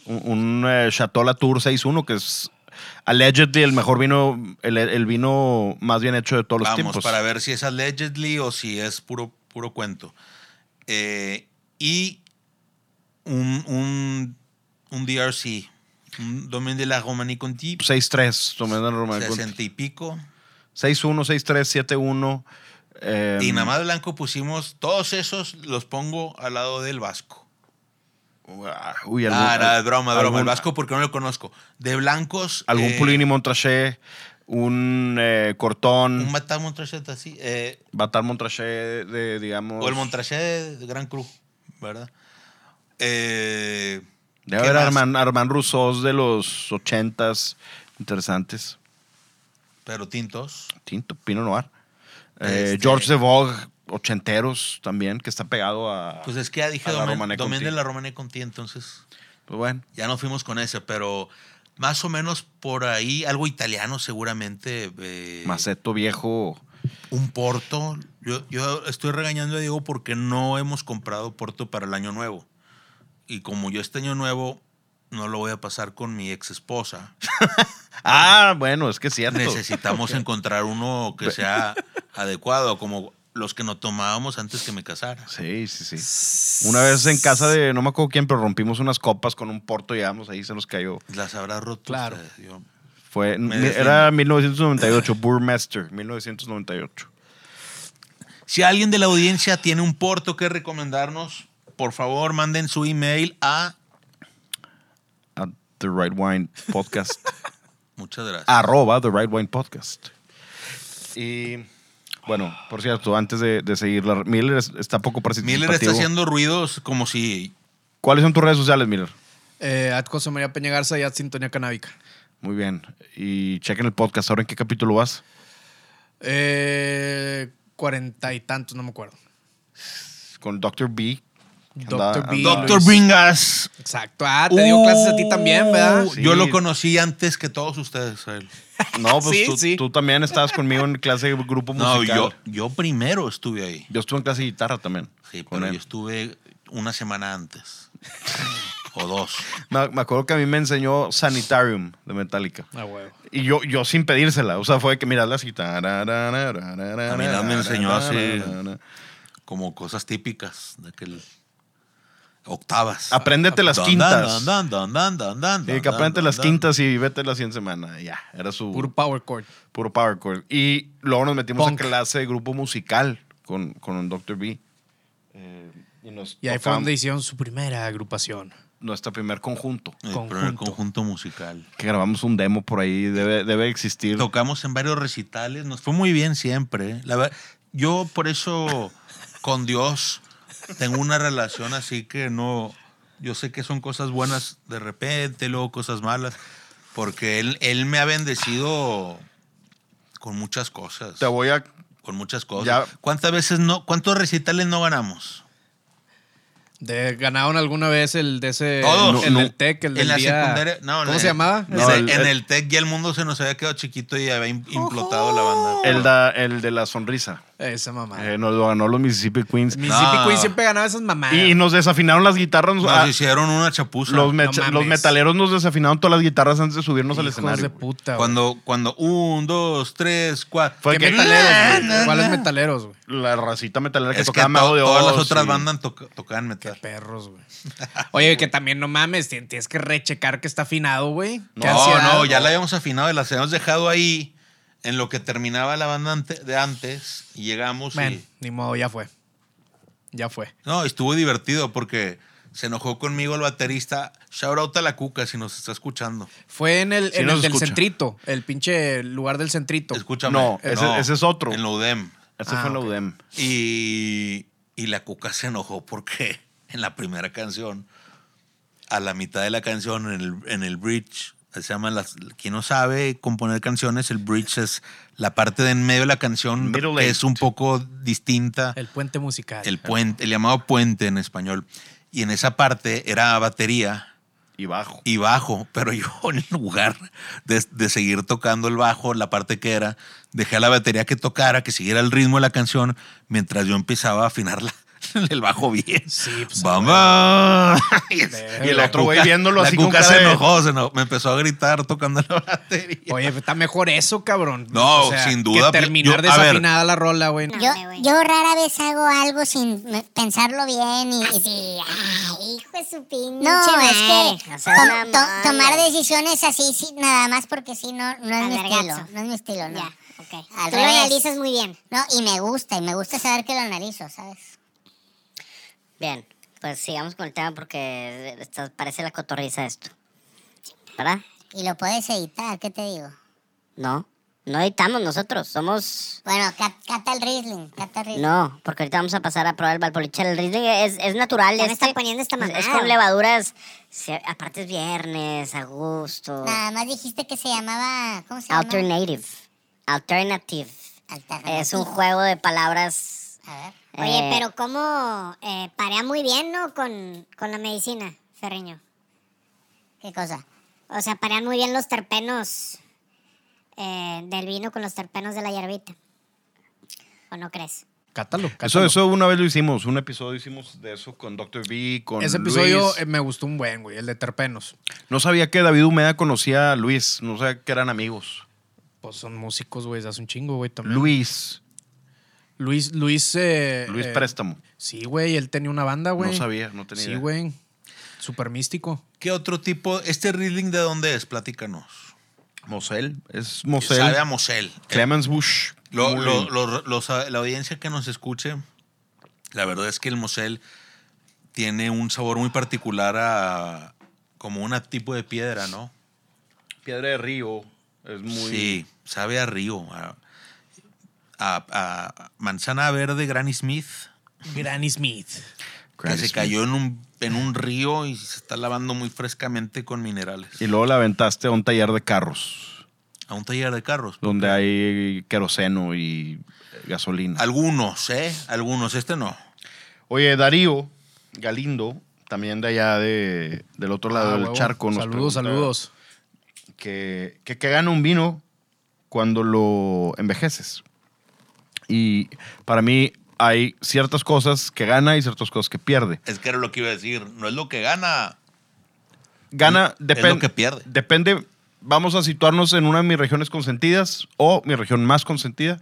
S3: Un, un, eh, Chateau Latour 6-1, que es allegedly el mejor vino, el, el vino más bien hecho de todos
S5: vamos,
S3: los tiempos.
S5: para ver si es allegedly o si es puro, puro cuento. Eh, y un, un, un DRC, Un Domaine de la Romanée Conti,
S3: Pues, 6-3, Domaine de la Romanée Conti.
S5: 60 y pico.
S3: 6-1, 6-3, 7-1. eh,
S5: Y nada más blanco pusimos todos esos, los pongo al lado del Vasco.
S3: Uy, algún,
S5: Ah, no, es broma, es broma. El
S3: algún-
S5: Vasco porque no lo conozco. De blancos.
S3: Algún
S5: eh,
S3: Pulini Montrachet, un eh, Cortón,
S5: Un Batal Montrachet así. eh,
S3: Batar Montrachet, de, digamos.
S5: o el Montrachet de Gran Cruz, ¿verdad? Eh,
S3: Debe
S5: ¿qué
S3: haber
S5: más?
S3: Armand, Armand Rousseau de los 80s, interesantes.
S5: Pero tintos.
S3: Tinto, Pino Noir. Eh,
S5: Este-
S3: George de Vogue, ochenteros también, que está pegado a.
S5: Pues es que ya dije
S3: a la
S5: Domen
S3: Romanée
S5: Domen de
S3: Conti.
S5: la Romanée Conti, entonces
S3: Pues bueno.
S5: ya no fuimos con ese, pero más o menos por ahí, algo italiano seguramente. eh,
S3: Maceto viejo.
S5: Un porto. Yo, yo estoy regañando a Diego porque no hemos comprado porto para el año nuevo. Y como yo este año nuevo no lo voy a pasar con mi
S3: <laughs>
S5: ex esposa,
S3: Ah, bueno, es que es cierto.
S5: necesitamos
S3: <laughs>
S5: encontrar uno que sea adecuado, como los que no tomábamos antes que me casara.
S3: Sí, sí, sí. Una vez en casa de, no me acuerdo quién, pero rompimos unas copas con un porto, llegamos ahí, se nos cayó.
S5: Las habrá roto.
S4: Claro.
S5: ustedes, yo-
S3: Fue,
S5: Me
S3: mi-
S5: defiendo.
S3: era 1998, Burmaster, 1998.
S5: Si alguien de la audiencia tiene un porto que recomendarnos, por favor manden su email a...
S3: At The Right Wine Podcast.
S5: Muchas gracias.
S3: arroba The Right Wine Podcast. Y bueno, por cierto, antes de, de seguir, la- Miller es- está poco participativo.
S5: Miller está haciendo ruidos como si...
S3: ¿Cuáles son tus redes sociales, Miller?
S4: Eh, at José María Peña Garza y at Sintonía Canábica.
S3: Muy bien. Y chequen el podcast. ¿Ahora en qué capítulo vas?
S4: Eh, Cuarenta y tantos, no me acuerdo.
S3: Con Dr. B.
S4: Dr. B.
S3: Anda-
S5: Doctor
S4: Luis.
S5: Bringas.
S4: Exacto. Ah, te dio clases a ti también, ¿verdad?
S5: Uh, Yo
S3: Sí.
S5: lo conocí antes que todos ustedes. a él.
S3: No, pues
S4: Sí,
S3: tú,
S4: sí.
S3: tú también estabas conmigo en clase de grupo
S5: No,
S3: musical.
S5: yo,
S3: yo.
S5: yo primero estuve ahí.
S3: estuve en clase de guitarra también.
S5: Sí,
S3: con
S5: pero
S3: él.
S5: yo estuve una
S3: <laughs>
S5: semana antes. o dos.
S3: me, me acuerdo que a mí me enseñó Sanitarium de Metallica.
S4: Ah, huevo.
S3: Y yo, yo sin pedírsela. O sea, fue que miras la cita. A
S5: mí
S3: mí
S5: nada me enseñó así. Como cosas típicas de aquel. Octavas.
S3: Apréndete las
S5: Dun,
S3: quintas.
S5: dun, dun, dun, dun, dun, dun,
S3: Sí,
S5: dun,
S3: que aprende
S5: dun,
S3: las
S5: dun.
S3: quintas y vete las 100 semanas. Ya, era su
S4: Puro
S3: puro,
S4: power chord.
S3: power chord. Y luego nos metimos
S4: Punk.
S3: a clase de grupo musical con, con un Dr. B. Eh, y nos
S4: Y ahí fue
S3: tocaban
S4: donde hicieron su primera agrupación.
S3: nuestro primer conjunto.
S5: El
S4: Conjunto.
S5: primer conjunto musical.
S3: Que grabamos un demo por ahí. Debe, debe existir.
S5: Tocamos en varios recitales. Nos fue muy bien siempre. ¿eh? La ver- yo por eso con Dios tengo una relación así que no. Yo sé que son cosas buenas de repente, luego cosas malas, porque él, él me ha bendecido con muchas cosas.
S3: Te voy a...
S5: Con muchas cosas.
S3: Ya.
S5: ¿Cuántas veces no, cuántos recitales no ganamos?
S4: De- ganaron alguna vez el de ese.
S5: Todos.
S4: El
S3: No,
S4: del
S3: no.
S4: TEC, Eh, el del
S5: en la
S4: día-
S5: secundaria. No,
S4: ¿Cómo
S5: en-
S4: se llamaba?
S5: en
S3: No,
S5: el-
S3: el-
S5: en el TEC ya el mundo se nos había quedado chiquito y había im- implotado la banda.
S3: El, da- el de la sonrisa.
S4: Esa mamá.
S3: Eh, nos lo ganó los Mississippi Queens.
S4: Mississippi
S5: No.
S4: Queen siempre ganaba esas mamadas.
S3: Y nos desafinaron las guitarras.
S5: Nos
S3: Ah,
S5: hicieron una chapuza.
S3: los, me-
S4: No mames.
S3: los metaleros nos desafinaron todas las guitarras antes de subirnos al
S4: Hijos
S3: escenario.
S4: de
S3: güey.
S4: puta. güey.
S5: Cuando, cuando, un, dos, tres, cuatro.
S3: Fue
S4: ¿Qué
S3: que-
S4: metaleros, güey? ¿Cuáles metaleros, güey?
S3: La racita metalera que
S5: es que
S3: tocaba Mago
S5: to-
S3: de
S5: todas las
S3: Oz
S5: otras
S3: y-
S5: bandas toca- tocaban metal.
S4: Perros, güey. <laughs> Oye, que también no mames, tien- tienes que rechecar que está afinado, güey. Qué
S5: No,
S4: ansiedad.
S5: no, ya la habíamos afinado y las habíamos dejado ahí en lo que terminaba la banda ante- de antes y llegamos
S4: Man,
S5: y...
S4: ni modo, ya fue. Ya fue.
S5: No, estuvo divertido porque se enojó conmigo el baterista. Shout out a la cuca si nos está escuchando.
S4: Fue en el,
S3: Sí
S4: en
S3: nos
S4: el del
S3: escucha.
S4: centrito, el pinche lugar del centrito.
S5: Escúchame.
S3: No, ese- ese es otro.
S5: En la UDEM.
S3: Ese
S4: Ah,
S3: fue en la
S4: ok.
S3: UDEM.
S5: Y, y la cuca se enojó porque <laughs> en la primera canción, a la mitad de la canción, en el, en el bridge, se llama las, quien no sabe componer canciones, el bridge es la parte de en medio de la canción
S3: Middle
S5: que
S3: eight.
S5: es un poco distinta, el,
S4: El puente musical.
S5: puente, el llamado puente en español. Y en esa parte era batería
S3: Y bajo.
S5: y bajo, pero <laughs> yo en lugar de, de seguir tocando el bajo, la parte que era, dejé a la <laughs> batería que tocara, que siguiera el ritmo de la canción, mientras yo empezaba a afinar la, el bajo bien.
S4: Sí, pues,
S5: ¡Vamos! <laughs> y, es-
S4: Verga.
S5: y
S4: El
S5: la
S3: otro güey
S5: cuca-
S3: viéndolo
S5: la
S3: así con
S5: cuca
S3: cara
S5: se
S3: de-
S5: enojó, se enojó, me empezó a gritar tocando la <laughs> batería.
S4: Oye, pues, está mejor eso, cabrón.
S5: No, sin duda,
S4: Que
S5: pi-
S4: terminar
S5: yo- a ver.
S4: desafinada la rola, güey.
S1: No.
S2: Yo,
S1: Hombre, güey.
S2: yo rara vez hago algo sin me- pensarlo bien y, y-
S1: Así, ay, hijo de su pinche.
S2: no,
S1: madre.
S2: es que
S1: O sea,
S2: tom-
S1: mamón,
S2: to- tomar
S1: güey.
S2: decisiones así sí, nada más porque sí no, no es mi
S1: Al vergazo.
S2: estilo, no es mi estilo, no.
S1: Ya, Ah, ok.
S2: Al
S1: Tú
S2: revés.
S1: lo analizas muy bien.
S2: No, y me gusta, y me gusta saber que lo analizo, ¿sabes?
S6: Bien, pues sigamos con el tema porque esta- parece la cotorriza esto. ¿Verdad?
S2: Y lo puedes editar, ¿qué te digo?
S6: No, no editamos nosotros, somos...
S2: Bueno, ca- cata el Riesling, cata el Riesling.
S6: No, porque ahorita vamos a pasar a probar el Valpolichel. El Riesling es, es natural.
S1: Ya me
S6: este,
S1: está poniendo esta
S6: es-
S1: mamada.
S6: Es con levaduras, se- aparte es viernes, a gusto.
S2: Nada más dijiste que se llamaba, ¿cómo se llama?
S6: Alternative. Alternative.
S2: Alternativo.
S6: Es un juego de palabras...
S2: A ver.
S1: Oye,
S6: eh,
S1: pero cómo eh, parea muy bien, ¿no? Con, con la medicina, Ferreño.
S2: ¿Qué cosa?
S1: O sea, parean muy bien los terpenos eh, del vino con los terpenos de la hierbita. ¿O no crees?
S4: Cátalo,
S3: Eso,
S4: cátalo.
S3: eso una vez lo hicimos, un episodio hicimos de eso con Dr. B, con
S4: Ese episodio
S3: Luis.
S5: em-
S4: eh, me gustó un buen, güey, el de terpenos.
S3: No sabía que David Humeda conocía a Luis, no sabía que eran amigos.
S4: Pues son músicos, güey, hace un chingo, güey, también.
S3: Luis,
S4: Luis, Luis, eh,
S3: Luis
S4: eh,
S3: Préstamo.
S4: Sí, güey, él tenía una banda, güey.
S3: No sabía, no tenía
S4: Sí,
S3: idea.
S4: güey. Súper místico.
S5: ¿Qué otro tipo? ¿Este Riesling de dónde es? Platícanos.
S3: Mosel, es Mosel.
S5: Sabe a Mosel.
S3: Clemens Bush.
S5: Lo-
S3: Muy
S5: lo-
S3: bien.
S5: lo- los- la audiencia que nos escuche, la verdad es que el Mosel tiene un sabor muy particular a como un tipo de piedra, ¿no?
S3: Piedra de Río es muy.
S5: Sí, sabe a río, a, a- a manzana verde Granny Smith,
S4: Granny Smith.
S5: que se cayó en un, en un río y se está lavando muy frescamente con minerales.
S3: Y luego la aventaste a un taller de carros,
S5: A un taller de carros.
S3: donde hay queroseno y gasolina.
S5: Algunos, ¿eh? Algunos, este no.
S3: Oye, Darío Galindo, también de allá de, del otro lado
S4: Ah,
S3: del
S4: huevo.
S3: charco, nos
S4: Saludos,
S3: pregunta
S4: saludos.
S3: Que, que, que gana un vino cuando lo envejeces. Y para mí hay ciertas cosas que gana y ciertas cosas que pierde.
S5: Es que era lo que iba a decir. No es lo que gana.
S3: Gana,
S5: Es
S3: depende.
S5: lo que pierde.
S3: Depende. Vamos a situarnos en una de mis regiones consentidas o mi región más consentida,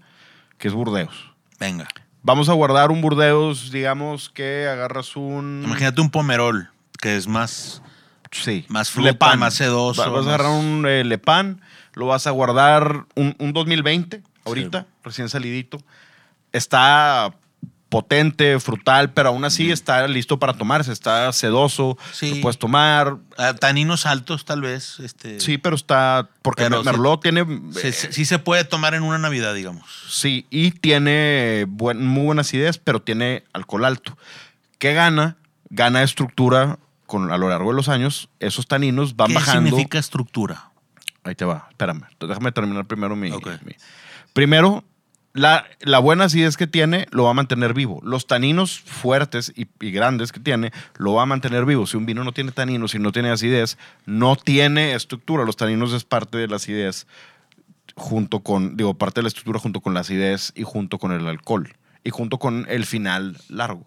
S3: que es Burdeos.
S5: Venga.
S3: Vamos a guardar un Burdeos, digamos que agarras un.
S5: Imagínate un pomerol, que es más.
S3: Sí.
S5: Más fruta, más sedoso,
S3: Va- Vas, a
S5: más-
S3: agarrar un eh, Lepán, lo vas a guardar un, un 2020, ahorita, recién salidito. Está potente, frutal, pero aún así está listo para tomarse, está sedoso,
S5: Sí.
S3: lo puedes tomar.
S5: ah, Taninos altos, tal vez. Este,
S3: Sí, pero está. Porque Mer-
S5: Pero sí-
S3: Merlot tiene.
S5: se-
S3: eh,
S5: se- sí se puede tomar en una Navidad, digamos.
S3: Sí, y tiene buen- muy buenas ideas, pero tiene alcohol alto. ¿Qué gana? Gana estructura con, a lo largo de los años. Esos taninos van
S5: ¿Qué
S3: bajando.
S5: significa estructura?
S3: Ahí te va, espérame. Déjame terminar primero mi.
S5: Ok.
S3: mi- Primero, la, la buena acidez que tiene lo va a mantener vivo. Los taninos fuertes y, y grandes que tiene lo va a mantener vivo. Si un vino no tiene taninos, si no tiene acidez, no tiene estructura. Los taninos es parte de la acidez junto con, digo, parte de la estructura junto con la acidez y junto con el alcohol y junto con el final largo.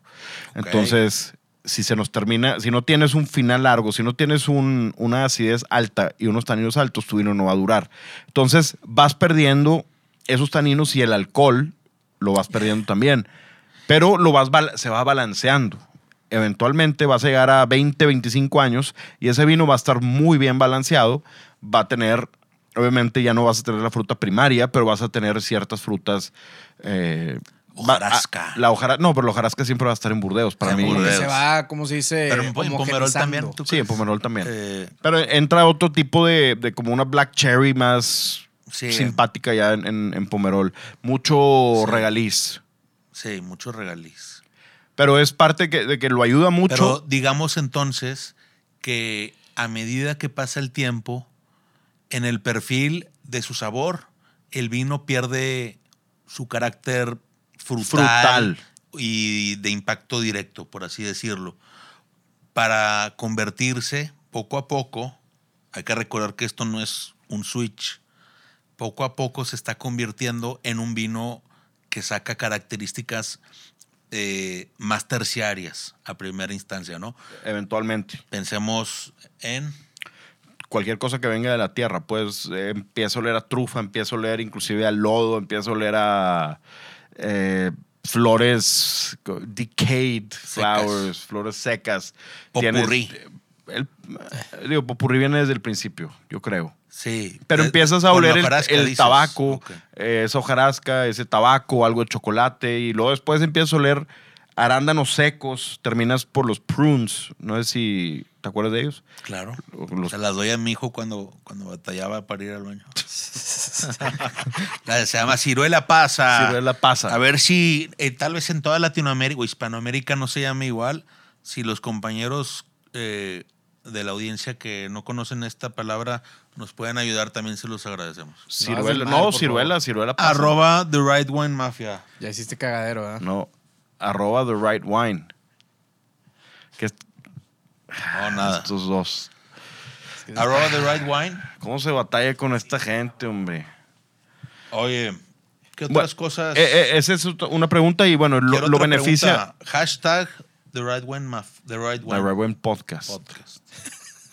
S3: Entonces, si se nos termina, si no tienes un final largo, si no tienes un- una acidez alta y unos taninos altos, tu vino no va a durar. Entonces, vas perdiendo esos taninos y el alcohol lo vas perdiendo también, pero lo vas bal- se va balanceando. Eventualmente vas a llegar a 20, 25 años y ese vino va a estar muy bien balanceado, va a tener Obviamente ya no vas a tener la fruta primaria, pero vas a tener ciertas frutas. eh, va-
S5: Hojarasca.
S3: a- la hojara, no, pero la hojarasca siempre va a estar en Burdeos para
S5: En
S3: mí.
S4: Como que
S5: Burdeos.
S4: se va, ¿cómo se dice?
S5: Pero en, po- en
S4: Eh,
S5: pomerol
S4: Homogenizando.
S5: también. ¿tú
S3: Sí, en
S5: crees?
S3: Pomerol también.
S5: Eh,
S3: Pero entra otro tipo de, de como una black cherry más
S5: Sí.
S3: simpática ya en, en- en Pomerol. Mucho
S5: Sí.
S3: regaliz.
S5: sí, muchos regaliz.
S3: Pero es parte que- de que lo ayuda mucho.
S5: Pero digamos entonces que a medida que pasa el tiempo, en el perfil de su sabor, el vino pierde su carácter frutal,
S3: Frutal.
S5: y de impacto directo, por así decirlo, para convertirse poco a poco, hay que recordar que esto no es un switch, poco a poco se está convirtiendo en un vino que saca características eh, más terciarias a primera instancia, ¿no?
S3: Eventualmente.
S5: Pensemos en
S3: Cualquier cosa que venga de la tierra, pues eh, empiezo a oler a trufa, empiezo a oler inclusive a lodo, empiezo a oler a eh, flores co- decayed, flowers, flores secas. Tienes-
S5: Popurrí.
S3: el- digo, popurrí viene desde el principio, yo creo.
S5: Sí.
S3: Pero
S5: eh,
S3: empiezas a
S5: con
S3: oler el,
S5: hojarasca,
S3: el
S5: dices.
S3: tabaco,
S5: Ok.
S3: eh, esa hojarasca, ese tabaco, algo de chocolate, y luego después empiezas a oler arándanos secos, terminas por los prunes, no sé si te acuerdas de ellos.
S5: Claro.
S3: Los-
S5: Se las doy a mi hijo cuando, cuando batallaba para ir al
S3: <laughs>
S5: baño. La- se llama Ciruela Pasa.
S3: Ciruela pasa.
S5: Ah, A ver si eh, tal vez en toda Latinoamérica o Hispanoamérica no se llama igual. Si los compañeros eh, de la audiencia que no conocen esta palabra nos pueden ayudar, también se los agradecemos.
S3: ciruela, no,
S4: No, por favor.
S3: ciruela, ciruela pasa.
S5: Arroba The Right Wine Mafia.
S4: Ya hiciste cagadero, ¿verdad?
S3: No, arroba the right wine. Que es-
S5: No, nada.
S3: estos dos.
S5: Arroba The Right Wine.
S3: ¿Cómo se batalla con esta gente, hombre?
S5: Oye, ¿qué otras
S3: Bueno,
S5: cosas?
S3: eh, eh, esa es otra- una pregunta y bueno,
S5: Quiero
S3: lo, lo
S5: otra
S3: beneficia.
S5: pregunta. Hashtag The Right Wine Maf- The Right Wine
S3: The Right Wine Podcast.
S5: Podcast. <laughs>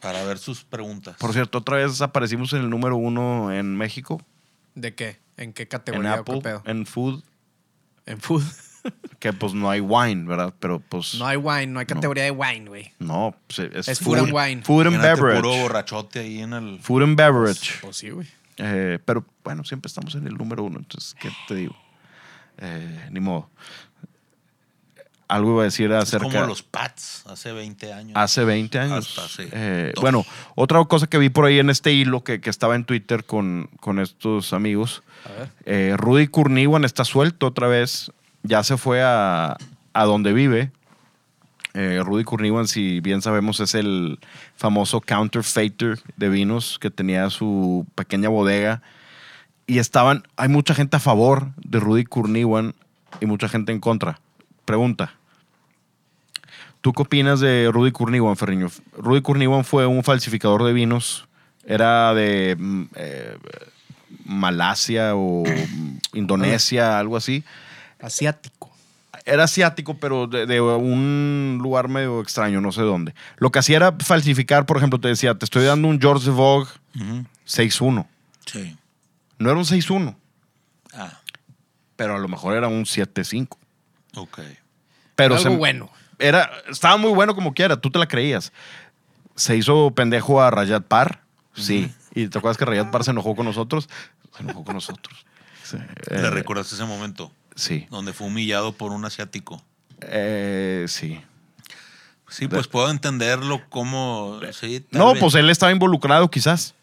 S5: Para ver sus preguntas.
S3: Por cierto, otra vez aparecimos en el número uno en México,
S4: ¿De qué? ¿En qué
S3: en
S4: categoría? o qué
S3: Apple,
S4: pedo?
S3: en Food,
S4: En food. <laughs>
S3: que pues no hay wine, ¿verdad? Pero pues
S4: No
S3: no,
S4: hay wine, no hay categoría de wine, güey.
S3: pues, es,
S4: Es food and wine.
S3: Food and
S5: Imagínate puro
S3: beverage.
S5: borrachote ahí en el.
S3: Food and beverage.
S4: Pues sí, güey.
S3: Eh, pero bueno, siempre estamos en el número uno, entonces, ¿qué te digo? Eh, ni modo. Algo iba a decir
S5: Es
S3: acerca...
S5: como los Pats hace 20 años.
S3: Hace 20 años.
S5: Hasta hace
S3: Eh,
S5: dos.
S3: bueno, otra cosa que vi por ahí en este hilo que, que estaba en Twitter con, con estos amigos. Eh, Rudy Kurniwan está suelto otra vez. Ya se fue a, a donde vive. Eh, Rudy Kurniwan, si bien sabemos, es el famoso counterfeiter de vinos que tenía su pequeña bodega. Y estaban, hay mucha gente a favor de Rudy Kurniwan y mucha gente en contra. Pregunta. ¿Tú qué opinas de Rudy Kurniwan, Ferriño? Rudy Kurniwan fue un falsificador de vinos. Era de mm, eh, Malasia
S4: <clears throat>
S3: o mm, Indonesia, algo así.
S4: Asiático.
S3: Era asiático, pero de, de un lugar medio extraño, no sé dónde. Lo que hacía era falsificar, por ejemplo, te decía, te estoy dando un George Vogue
S5: Ujú.
S3: 6-1.
S5: Sí.
S3: No era un 6-1,
S5: Ah,
S3: pero a lo mejor era un 7-5.
S5: ok.
S3: Eh. Pero
S4: Algo
S3: se-
S4: bueno.
S3: Era, estaba muy bueno como quiera, tú te la creías. Se hizo pendejo a Rayat Par, sí. Y te acuerdas que Rayat Par se enojó con nosotros. Se enojó con nosotros.
S5: <laughs>
S3: Sí.
S5: ¿Le
S3: Eh,
S5: recordaste ese momento?
S3: Sí.
S5: Donde fue humillado por un asiático.
S3: Eh, sí.
S5: Sí, pues puedo entenderlo como. Sí, tal
S3: No,
S5: vez.
S3: pues él estaba involucrado quizás.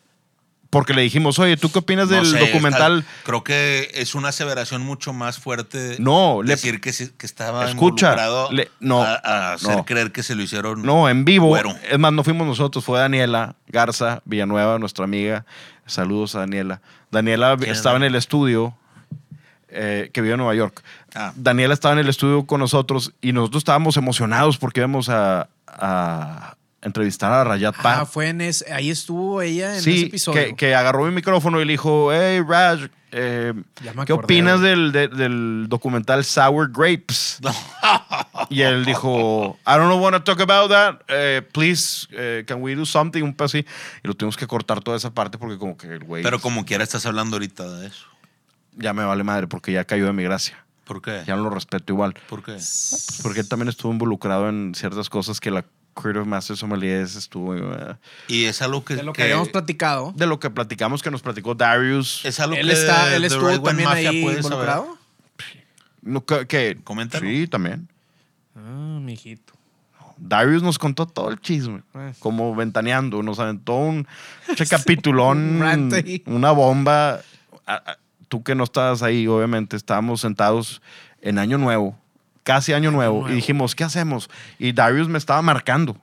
S3: Porque le dijimos, oye, ¿tú qué opinas
S5: No
S3: del
S5: sé,
S3: documental?
S5: está- creo que es una aseveración mucho más fuerte.
S3: No, le-
S5: decir que, sí- que estaba
S3: Escucha,
S5: involucrado
S3: le- no,
S5: a, a hacer
S3: no.
S5: creer que se lo hicieron.
S3: No, en vivo. Eh,
S5: Fueron.
S3: Es más, no fuimos nosotros, fue Daniela Garza Villanueva, nuestra amiga. Saludos a Daniela. Daniela
S5: ¿Quién es
S3: estaba en
S5: Dani?
S3: el estudio, eh, que vive en Nueva York.
S5: Ah.
S3: Daniela estaba en el estudio con nosotros y nosotros estábamos emocionados porque íbamos a, a entrevistar a Rayat Par.
S4: Ah, fue en ese. Ahí estuvo ella en ese
S3: Sí,
S4: episodio.
S3: que, que agarró mi micrófono y le dijo, hey Raj, eh,
S4: Ya me
S3: ¿qué
S4: acordé,
S3: opinas
S4: güey.
S3: del, de- del documental Sour
S4: <laughs>
S3: Grapes? y él dijo, I don't want to talk about that, eh, please, eh, can we do something? Un poco así. Y lo tuvimos que cortar toda esa parte porque como que el güey
S5: Pero como quiera estás hablando ahorita de eso.
S3: ya me vale madre porque ya cayó de mi gracia.
S5: ¿Por qué?
S3: Ya no lo respeto igual.
S5: ¿Por qué?
S3: Pues porque él también estuvo involucrado en ciertas cosas que la Creative Masters Sommelier estuvo... eh,
S5: Y es algo que.
S4: de lo que,
S5: que-
S4: habíamos platicado.
S3: de lo que platicamos, que nos platicó Darius.
S5: Es algo
S4: Él,
S5: que
S4: está, él
S5: The
S4: estuvo
S5: Right Wing
S4: también
S5: Mafia
S4: ahí
S5: puede saber.
S4: involucrado.
S3: No, que- que-
S5: Coméntalo.
S3: Sí, también.
S4: Ah, mijito.
S3: Darius nos contó todo el chisme,
S4: Pues.
S3: como ventaneando, nos aventó
S4: <laughs>
S3: un che capitulón,
S4: Un rant ahí.
S3: una bomba. A- a- Tú que no estabas ahí, obviamente, estábamos sentados en Año Nuevo, casi Año Nuevo, y dijimos, ¿qué hacemos? Y Darius me estaba marcando.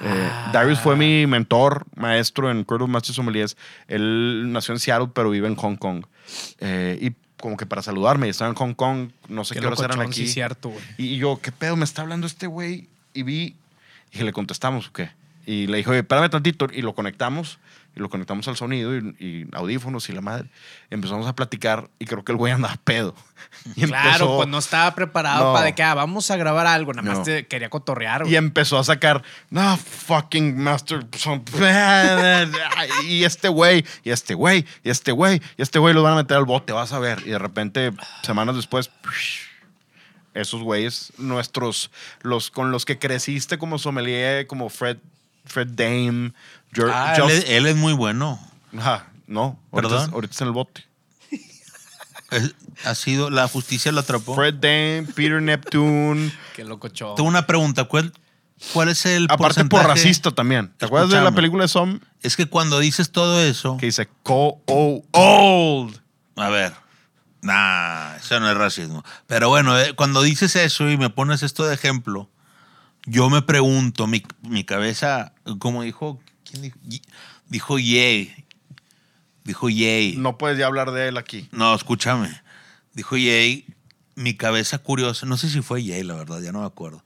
S3: Eh,
S4: Ah.
S3: Darius fue mi mentor, maestro en Curtis Masters Sommeliers. Él nació en Seattle, pero vive en Hong Kong. Eh, y como que para saludarme, estaba en Hong Kong, no sé qué,
S4: Qué
S3: horas eran
S4: locochón,
S3: aquí.
S4: sí, cierto, güey.
S3: Y yo, ¿qué pedo? Me está hablando este güey. Y vi, dije, ¿le contestamos o qué? Y le dijo, oye, espérame tantito. Y lo conectamos. Y lo conectamos al sonido y, y audífonos y la madre. Empezamos a platicar y creo que el güey andaba pedo. <laughs> Y
S4: Claro,
S3: empezó-
S4: pues no estaba preparado
S3: No.
S4: para de que ah, vamos a grabar algo, nada más
S3: No.
S4: te quería cotorrear. güey.
S3: Y em- empezó a sacar, no, fucking master. son- <laughs> y este güey, y este güey, y este güey, y este güey lo van a meter al bote, vas a ver. Y de repente, semanas después, esos güeyes, nuestros, los con los que creciste como sommelier, como Fred, Fred Dame, Jer-
S5: Ah, él,
S3: Just-
S5: es- él es muy bueno.
S3: Ajá, no, ahorita,
S5: ¿Perdón?
S3: ahorita está en el bote.
S5: Es- ha sido, la justicia lo atrapó.
S3: Fred Dame, Peter
S5: <laughs>
S3: Neptune,
S4: Qué loco show. <laughs>
S5: Tengo una pregunta. ¿Cuál, cuál es el
S3: aparte por
S5: porcentaje?
S3: racista también. ¿Te acuerdas de la
S5: Escúchame.
S3: película de Som?
S5: Es que cuando dices todo eso...
S3: Que dice, co-old.
S5: A ver. Nah, eso no es racismo. Pero bueno, eh, cuando dices eso y me pones esto de ejemplo, yo me pregunto, mi, mi cabeza, como dijo, ¿quién dijo? Ye- Dijo Yay. Dijo Yay.
S3: No puedes ya hablar de él aquí.
S5: No, escúchame. Dijo Jay, mi cabeza curiosa, no sé si fue Jay, la verdad, ya no me acuerdo.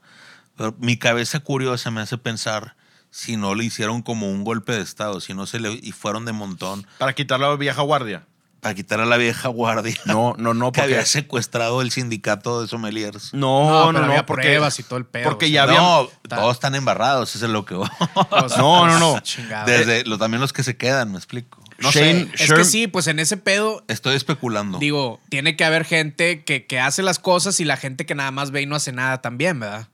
S5: Pero mi cabeza curiosa me hace pensar si no le hicieron como un golpe de estado, si no se le y fueron de montón
S3: Para quitar la vieja guardia.
S5: para quitar a la vieja guardia
S3: No, no, no,
S5: <laughs>
S3: <laughs>
S5: que
S3: porque.
S5: había secuestrado el sindicato de sommeliers.
S4: No,
S3: No, no,
S4: pero
S3: no,
S4: había
S3: porque,
S4: pruebas y todo el pedo,
S3: Porque
S4: o sea,
S3: ya había.
S5: no, todos están embarrados, eso es lo
S3: <laughs>
S5: que voy.
S4: Pues,
S3: No, no,
S4: pues,
S3: no.
S4: <laughs> chingado.
S3: eh.
S5: Desde lo- también los que se quedan, me explico.
S4: No sé,
S3: Shane
S4: es
S3: Sher-
S4: que sí, pues en ese pedo,
S5: Estoy especulando.
S4: digo, tiene que haber gente que, que hace las cosas y la gente que nada más ve y no hace nada también, ¿verdad?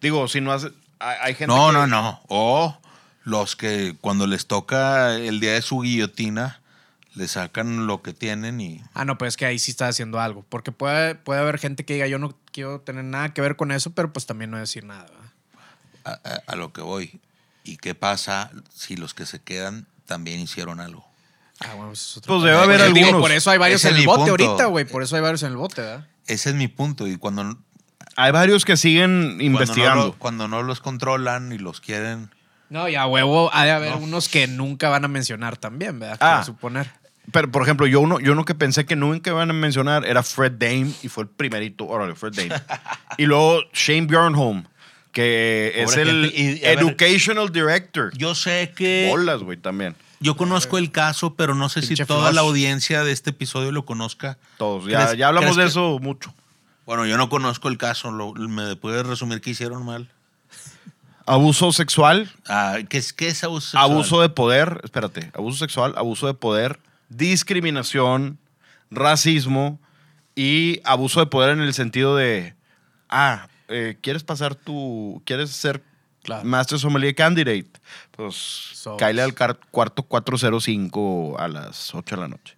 S3: Digo, si no hace. Hay, hay gente.
S5: no,
S3: que-
S5: no, no. O los que cuando les toca el día de su guillotina, le sacan lo que tienen y.
S4: Ah, no, pues es que ahí sí está haciendo algo. Porque puede, puede haber gente que diga, yo no quiero tener nada que ver con eso, pero pues también no decir nada. ¿verdad?
S5: A, a- a lo que voy. ¿Y qué pasa si los que se quedan también hicieron algo?
S4: Ah, bueno, eso es otro
S3: Pues
S4: pedo.
S3: debe haber
S4: Porque, digo,
S3: algunos.
S4: por eso hay varios
S5: Ese
S4: en el
S5: es mi
S4: bote
S5: punto.
S4: ahorita, güey. Por eso hay varios en el bote, ¿verdad?
S5: Ese es mi punto. Y cuando, cuando
S3: Hay varios que siguen investigando.
S5: no lo- cuando no los controlan y los quieren.
S4: No, y a huevo ha de haber
S5: No.
S4: unos que nunca van a mencionar también, ¿verdad?
S3: Ah.
S4: Quiero suponer.
S3: Pero, por ejemplo, yo uno, yo uno que pensé que nunca iban a mencionar era Fred Dame y fue el primerito. Órale, Fred Dame. y luego Shane Bjornholm, que es
S5: Pobre
S3: el
S5: gente. Y, a ver,
S3: Educational Director.
S5: Yo sé que.
S3: Bolas, güey, también.
S5: Yo conozco el caso, pero no sé si
S4: Pinche
S5: toda
S4: flash.
S5: la audiencia de este episodio lo conozca.
S3: Todos. Ya,
S5: ¿Crees-
S3: ya hablamos
S5: crees
S3: de
S5: que-
S3: eso mucho.
S5: Bueno, yo no conozco el caso. lo- ¿Me puedes resumir qué hicieron mal?
S3: Abuso sexual,
S5: Ah, ¿qué, es, qué es abuso sexual?
S3: Abuso de poder, espérate, abuso sexual, abuso de poder, discriminación, racismo y abuso de poder en el sentido de, ah, eh, quieres pasar tu, quieres ser
S4: Claro.
S3: Master Sommelier Candidate, pues
S4: Sobres.
S3: cáele al car- cuarto 405 a las 8 de la noche.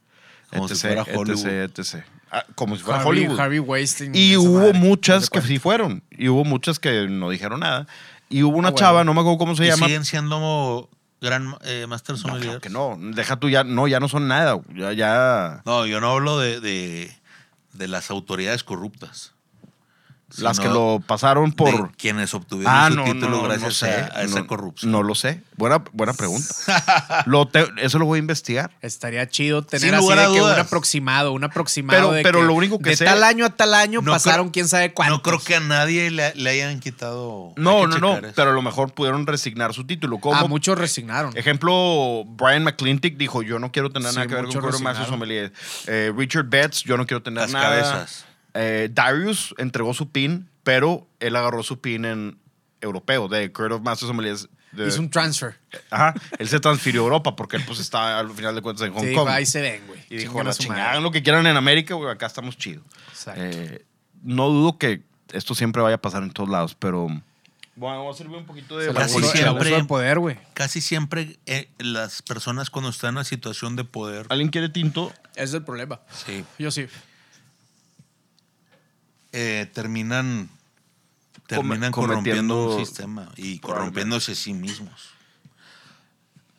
S5: Como si
S3: etc,
S5: fuera Hollywood.
S3: etc, etc. Ah, como si fuera
S4: Harvey,
S3: Hollywood.
S4: Harvey Weinstein.
S3: Y
S4: esa
S3: hubo
S4: madre,
S3: muchas
S4: de
S3: que
S4: cuenta.
S3: sí fueron. Y hubo muchas que no dijeron nada. Y hubo una
S4: Ah, bueno.
S3: chava, no me acuerdo cómo se
S5: ¿Y
S3: llama,
S5: siguen siendo gran eh, Master
S3: no, claro
S5: Sommelier?
S3: que no. Deja tú ya. No, ya no son nada. güey. Ya, ya.
S5: No, yo no hablo de, de, de las autoridades corruptas.
S3: Las que
S5: sino
S3: lo pasaron
S5: de
S3: por. Ah,
S5: quienes obtuvieron su título gracias a, a esa
S3: no,
S5: corrupción.
S3: No lo sé. Buena, buena
S5: <laughs>
S3: pregunta. Lo te- eso lo voy a investigar.
S4: Estaría chido tener
S5: Sin
S4: así
S5: lugar
S4: de
S5: a
S4: que un
S5: dudas.
S4: aproximado, un aproximado.
S3: Pero-
S4: de
S3: pero lo único que
S4: De
S3: sé-
S4: tal año a tal año
S5: No
S4: pasaron
S5: creo-
S4: quién sabe cuántos. Ah,
S5: No creo que a nadie le, le hayan quitado. hay
S3: No, no,
S5: que
S3: no.
S5: checar eso.
S3: Pero a lo mejor pudieron resignar su título. Como,
S4: Ah, muchos resignaron.
S3: Ejemplo, Brian McClintic dijo: Yo no quiero tener
S4: Sí,
S3: nada que ver con
S4: muchos
S3: Cuero Master
S4: resignaron.
S3: Sommelier. Eh, Richard Betts, yo no quiero tener
S5: Las
S3: nada.
S5: cabezas.
S3: Eh, Darius entregó su pin, pero él agarró su pin en europeo, de Cuero Master Sommelier. de-
S4: Hizo un transfer.
S3: Ajá. Él se transfirió a Europa porque él pues está al final de cuentas en Hong
S4: Sí,
S3: Kong.
S4: dijo, ahí se ven, güey.
S3: y dijo,
S4: Chingan a
S3: la
S4: su
S3: chingada, Eh,
S4: madre".
S3: hagan lo que quieran en América, güey, acá estamos chidos.
S4: Exacto.
S3: no dudo que esto siempre vaya a pasar en todos lados, pero... Bueno, voy a servir un poquito de...
S4: El
S5: Casi
S4: abuso- el
S5: siempre-
S4: abuso de poder, güey.
S5: Casi siempre eh, las personas cuando están en la situación de poder.
S3: ¿Alguien quiere tinto?
S4: Ese es el problema.
S5: Sí.
S4: Yo sí.
S5: eh, terminan
S3: Come- cometiendo-
S5: terminan corrompiendo un sistema y corrompiéndose sí mismos.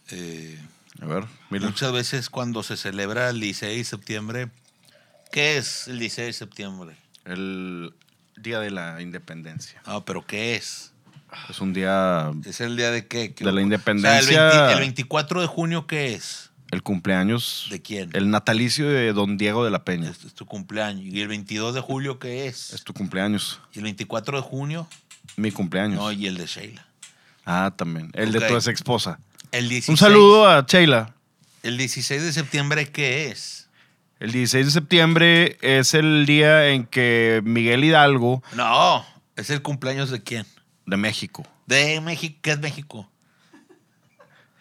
S5: Eh,
S3: A ver, mira.
S5: muchas veces cuando se celebra el 16 de septiembre, ¿qué es el 16 de septiembre?
S3: El Día de la Independencia.
S5: Ah, pero ¿qué es?
S3: Es un día...
S5: ¿Es el día de qué? ¿Qué-
S3: De la
S5: o sea,
S3: independencia.
S5: el, 20 el 24 de junio, ¿qué es?
S3: El cumpleaños...
S5: ¿De quién?
S3: El natalicio de Don Diego de la Peña.
S5: Es, es tu cumpleaños. ¿Y el 22 de julio qué es?
S3: Es tu cumpleaños.
S5: ¿Y el 24 de junio?
S3: Mi cumpleaños.
S5: No, y el de Sheila.
S3: Ah, también. El de
S5: Ok.
S3: tu ex esposa.
S5: El 16,
S3: Un saludo a Sheila.
S5: El 16 de septiembre, ¿qué es?
S3: El 16 de septiembre es el día en que Miguel Hidalgo
S5: No, es el cumpleaños de quién?
S3: de México.
S5: De México, ¿qué es México?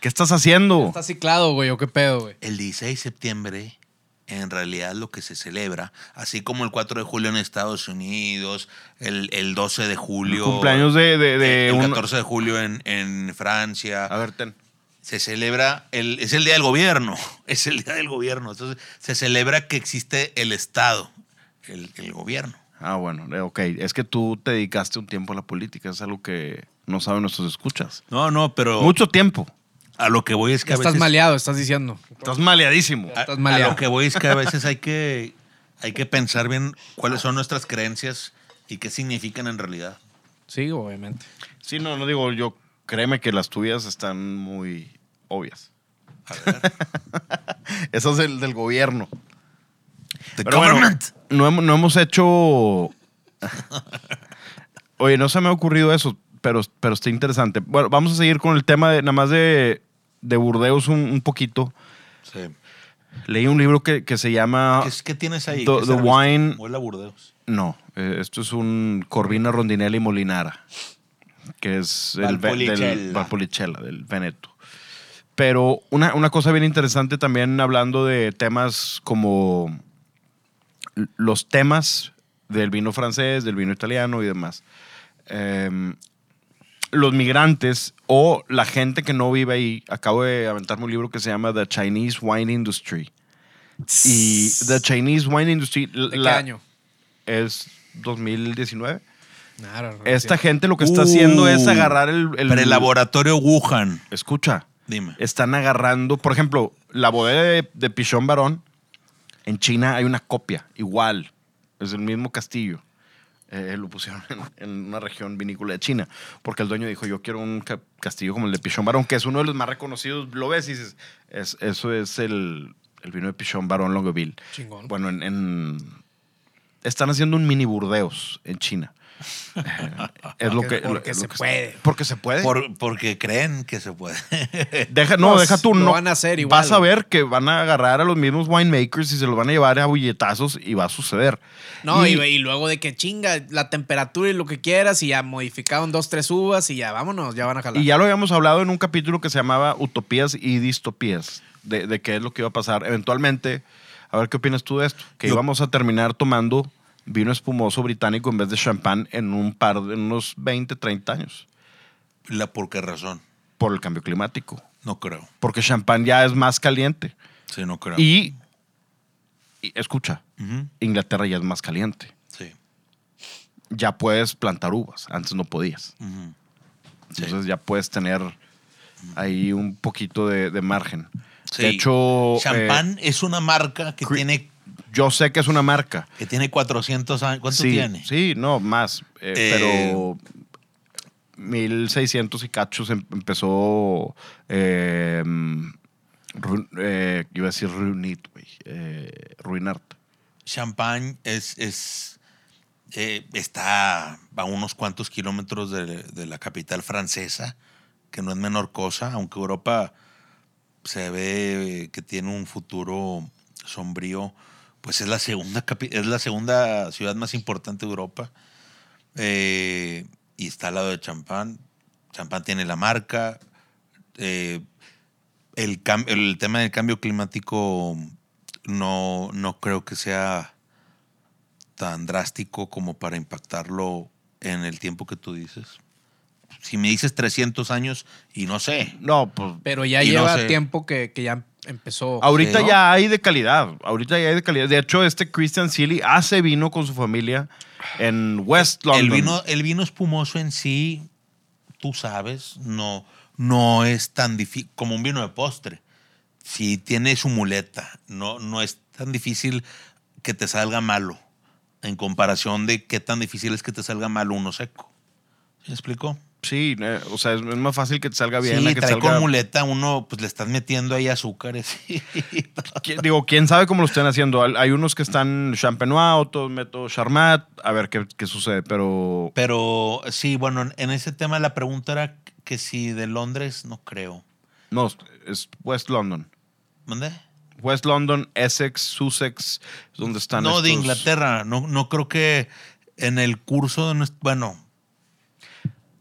S3: ¿Qué estás haciendo?
S4: Está ciclado, güey, o qué pedo, güey.
S5: El 16 de septiembre, en realidad lo que se celebra, así como el 4 de julio en Estados Unidos, el, el 12 de
S3: El
S5: julio.
S3: cumpleaños de, de- de
S5: el,
S3: un- Ah.
S5: 14 de julio en, en Francia.
S3: A ver, ten.
S5: se celebra, el, es el día del gobierno, <laughs> es el día del gobierno. Entonces, se celebra que existe el Estado, el, el gobierno.
S3: Ah, bueno, eh, ok. Es que tú te dedicaste un tiempo a la política. Es algo que no saben nuestros escuchas.
S5: No, no, pero
S3: Mucho tiempo.
S5: a lo que voy es que
S4: Ya
S5: a
S4: estás
S5: veces...
S4: maleado, estás diciendo.
S3: Estás maleadísimo.
S5: a-
S4: estás
S5: Ah, a
S4: maleado.
S5: lo que voy es que a veces hay que, hay que pensar bien cuáles son nuestras creencias y qué significan en realidad.
S4: Sí, obviamente.
S3: Sí, no, no digo yo. Créeme que las tuyas están muy obvias.
S5: A
S3: <laughs>
S5: ver.
S3: Esas del, del gobierno.
S5: The
S3: Pero bueno,
S5: government.
S3: no, hemos, no hemos hecho. Oye, no se me ha ocurrido eso, pero, pero está interesante. Bueno, vamos a seguir con el tema de nada más de, de Burdeos un, un poquito.
S5: Sí.
S3: Leí un libro que, que se llama.
S5: ¿Qué, es- qué tienes
S3: The-
S5: ahí? ¿Qué
S3: the
S5: cerveza?
S3: wine-
S5: Huele a Burdeos.
S3: No, eh, esto es un Corvina Rondinelli Molinara, que es el ve- del
S5: Valpolicella.
S3: Valpolicella, del Veneto. Pero una, una cosa bien interesante también hablando de temas como l- los temas del vino francés, del vino italiano y demás. Em, los migrantes o la gente que no vive ahí. Acabo de aventarme un libro que se llama The Chinese Wine Industry. Y The Chinese Wine Industry...
S4: ¿De qué
S3: la-
S4: año?
S3: es 2019.
S4: Claro, no
S3: Esta
S4: entiendo.
S3: gente lo que está haciendo es
S5: Ah, Uh,
S3: agarrar el... el-
S5: Pero el laboratorio Wuhan.
S3: Escucha,
S5: Dime.
S3: están agarrando, por ejemplo, la bodega de, de Pichón Barón, en China hay una copia, igual, es el mismo castillo. Eh, lo pusieron <laughs> en, en una región vinícola de China, porque el dueño dijo, yo quiero un ca- castillo como el de Pichón Barón, que es uno de los más reconocidos, lo ves y dices, "Es- eso es el, el vino de Pichón Barón Longueville.
S4: Chingón.
S3: Bueno, en, en- están haciendo un mini Burdeos en
S4: <laughs>
S3: China. Eh, es lo que
S4: Porque
S3: lo- es
S4: se
S3: lo que-
S4: puede.
S3: Porque se puede.
S5: Por- porque creen que se puede. <laughs>
S3: Deja, no,
S4: Pues,
S3: deja tú.
S4: lo
S3: No,
S4: van a hacer igual,
S3: Vas a
S4: güey.
S3: ver que van a agarrar a los mismos winemakers y se los van a llevar a bulletazos y va a suceder.
S4: No, y,
S3: Y-
S4: y luego de que chinga la temperatura y lo que quieras y ya modificaron dos, tres uvas y ya vámonos, ya van a jalar.
S3: Y ya lo habíamos hablado en un capítulo que se llamaba Utopías y Distopías, de, de qué es lo que iba a pasar. Eventualmente, a ver qué opinas tú de esto, que
S5: Yo-
S3: íbamos a terminar tomando vino espumoso británico en vez de champán en un par de en unos 20, 30 años
S5: La por qué razón.
S3: por el cambio climático,
S5: No creo.
S3: porque champán ya es más caliente.
S5: Sí, no creo.
S3: Y, y escucha,
S5: Ujú,
S3: Inglaterra ya es más caliente.
S5: Sí.
S3: Ya puedes plantar uvas, antes no podías.
S5: ujú. Sí.
S3: Entonces ya puedes tener ahí un poquito de, de margen.
S5: Sí.
S3: De hecho, eh,
S5: Champán es una marca que
S3: cre-
S5: tiene
S3: yo sé que es una marca.
S5: que tiene 400 años. ¿Cuánto
S3: sí,
S5: tiene?
S3: Sí, no, más. eh,
S5: Eh,
S3: pero 1600 y cachos em- empezó. eh, mm, Ru- eh, iba a decir Ruinit, güey. eh, Ruinart.
S5: Champán es, es eh, está a unos cuantos kilómetros de, de la capital francesa, que no es menor cosa, aunque Europa se ve eh, que tiene un futuro sombrío, pues es la segunda capi- es la segunda ciudad más importante de Europa. Eh, y está al lado de Champán. Champán tiene la marca. eh, el, cam- el tema del cambio climático no, no creo que sea tan drástico como para impactarlo en el tiempo que tú dices. Si me dices 300 años y no sé.
S3: No, pues.
S4: Pero ya
S5: Y no
S4: lleva
S5: sé.
S4: tiempo que, que ya empezó.
S3: Ahorita
S5: Sí, ¿no?
S3: ya hay de calidad. Ahorita ya hay de calidad. De hecho, este Christian Sealy hace vino con su familia en West London.
S5: El vino, el vino espumoso en sí, tú sabes, no, no es tan difícil como un vino de postre. Si tiene su muleta, no, no es tan difícil que te salga malo en comparación de qué tan difícil es que te salga malo uno seco. ¿Sí me explico?
S3: Sí, eh, o sea, es, es más fácil que te salga bien. a
S5: sí,
S3: que
S5: trae
S3: salga-
S5: con muleta, uno pues le estás metiendo ahí azúcares.
S3: <laughs>
S5: <laughs>
S3: Qui- Digo, quién sabe cómo lo estén haciendo. Al- Hay unos que están champenois, otros meto charmat. A ver qué, qué sucede, pero.
S5: Pero sí, bueno, en- en ese tema la pregunta era que si de Londres, no creo.
S3: No, es West London.
S5: ¿Mande?
S3: West London, Essex, Sussex, donde están.
S5: No, de
S3: estos-
S5: Inglaterra. No, no creo que en el curso de nuestro. Bueno.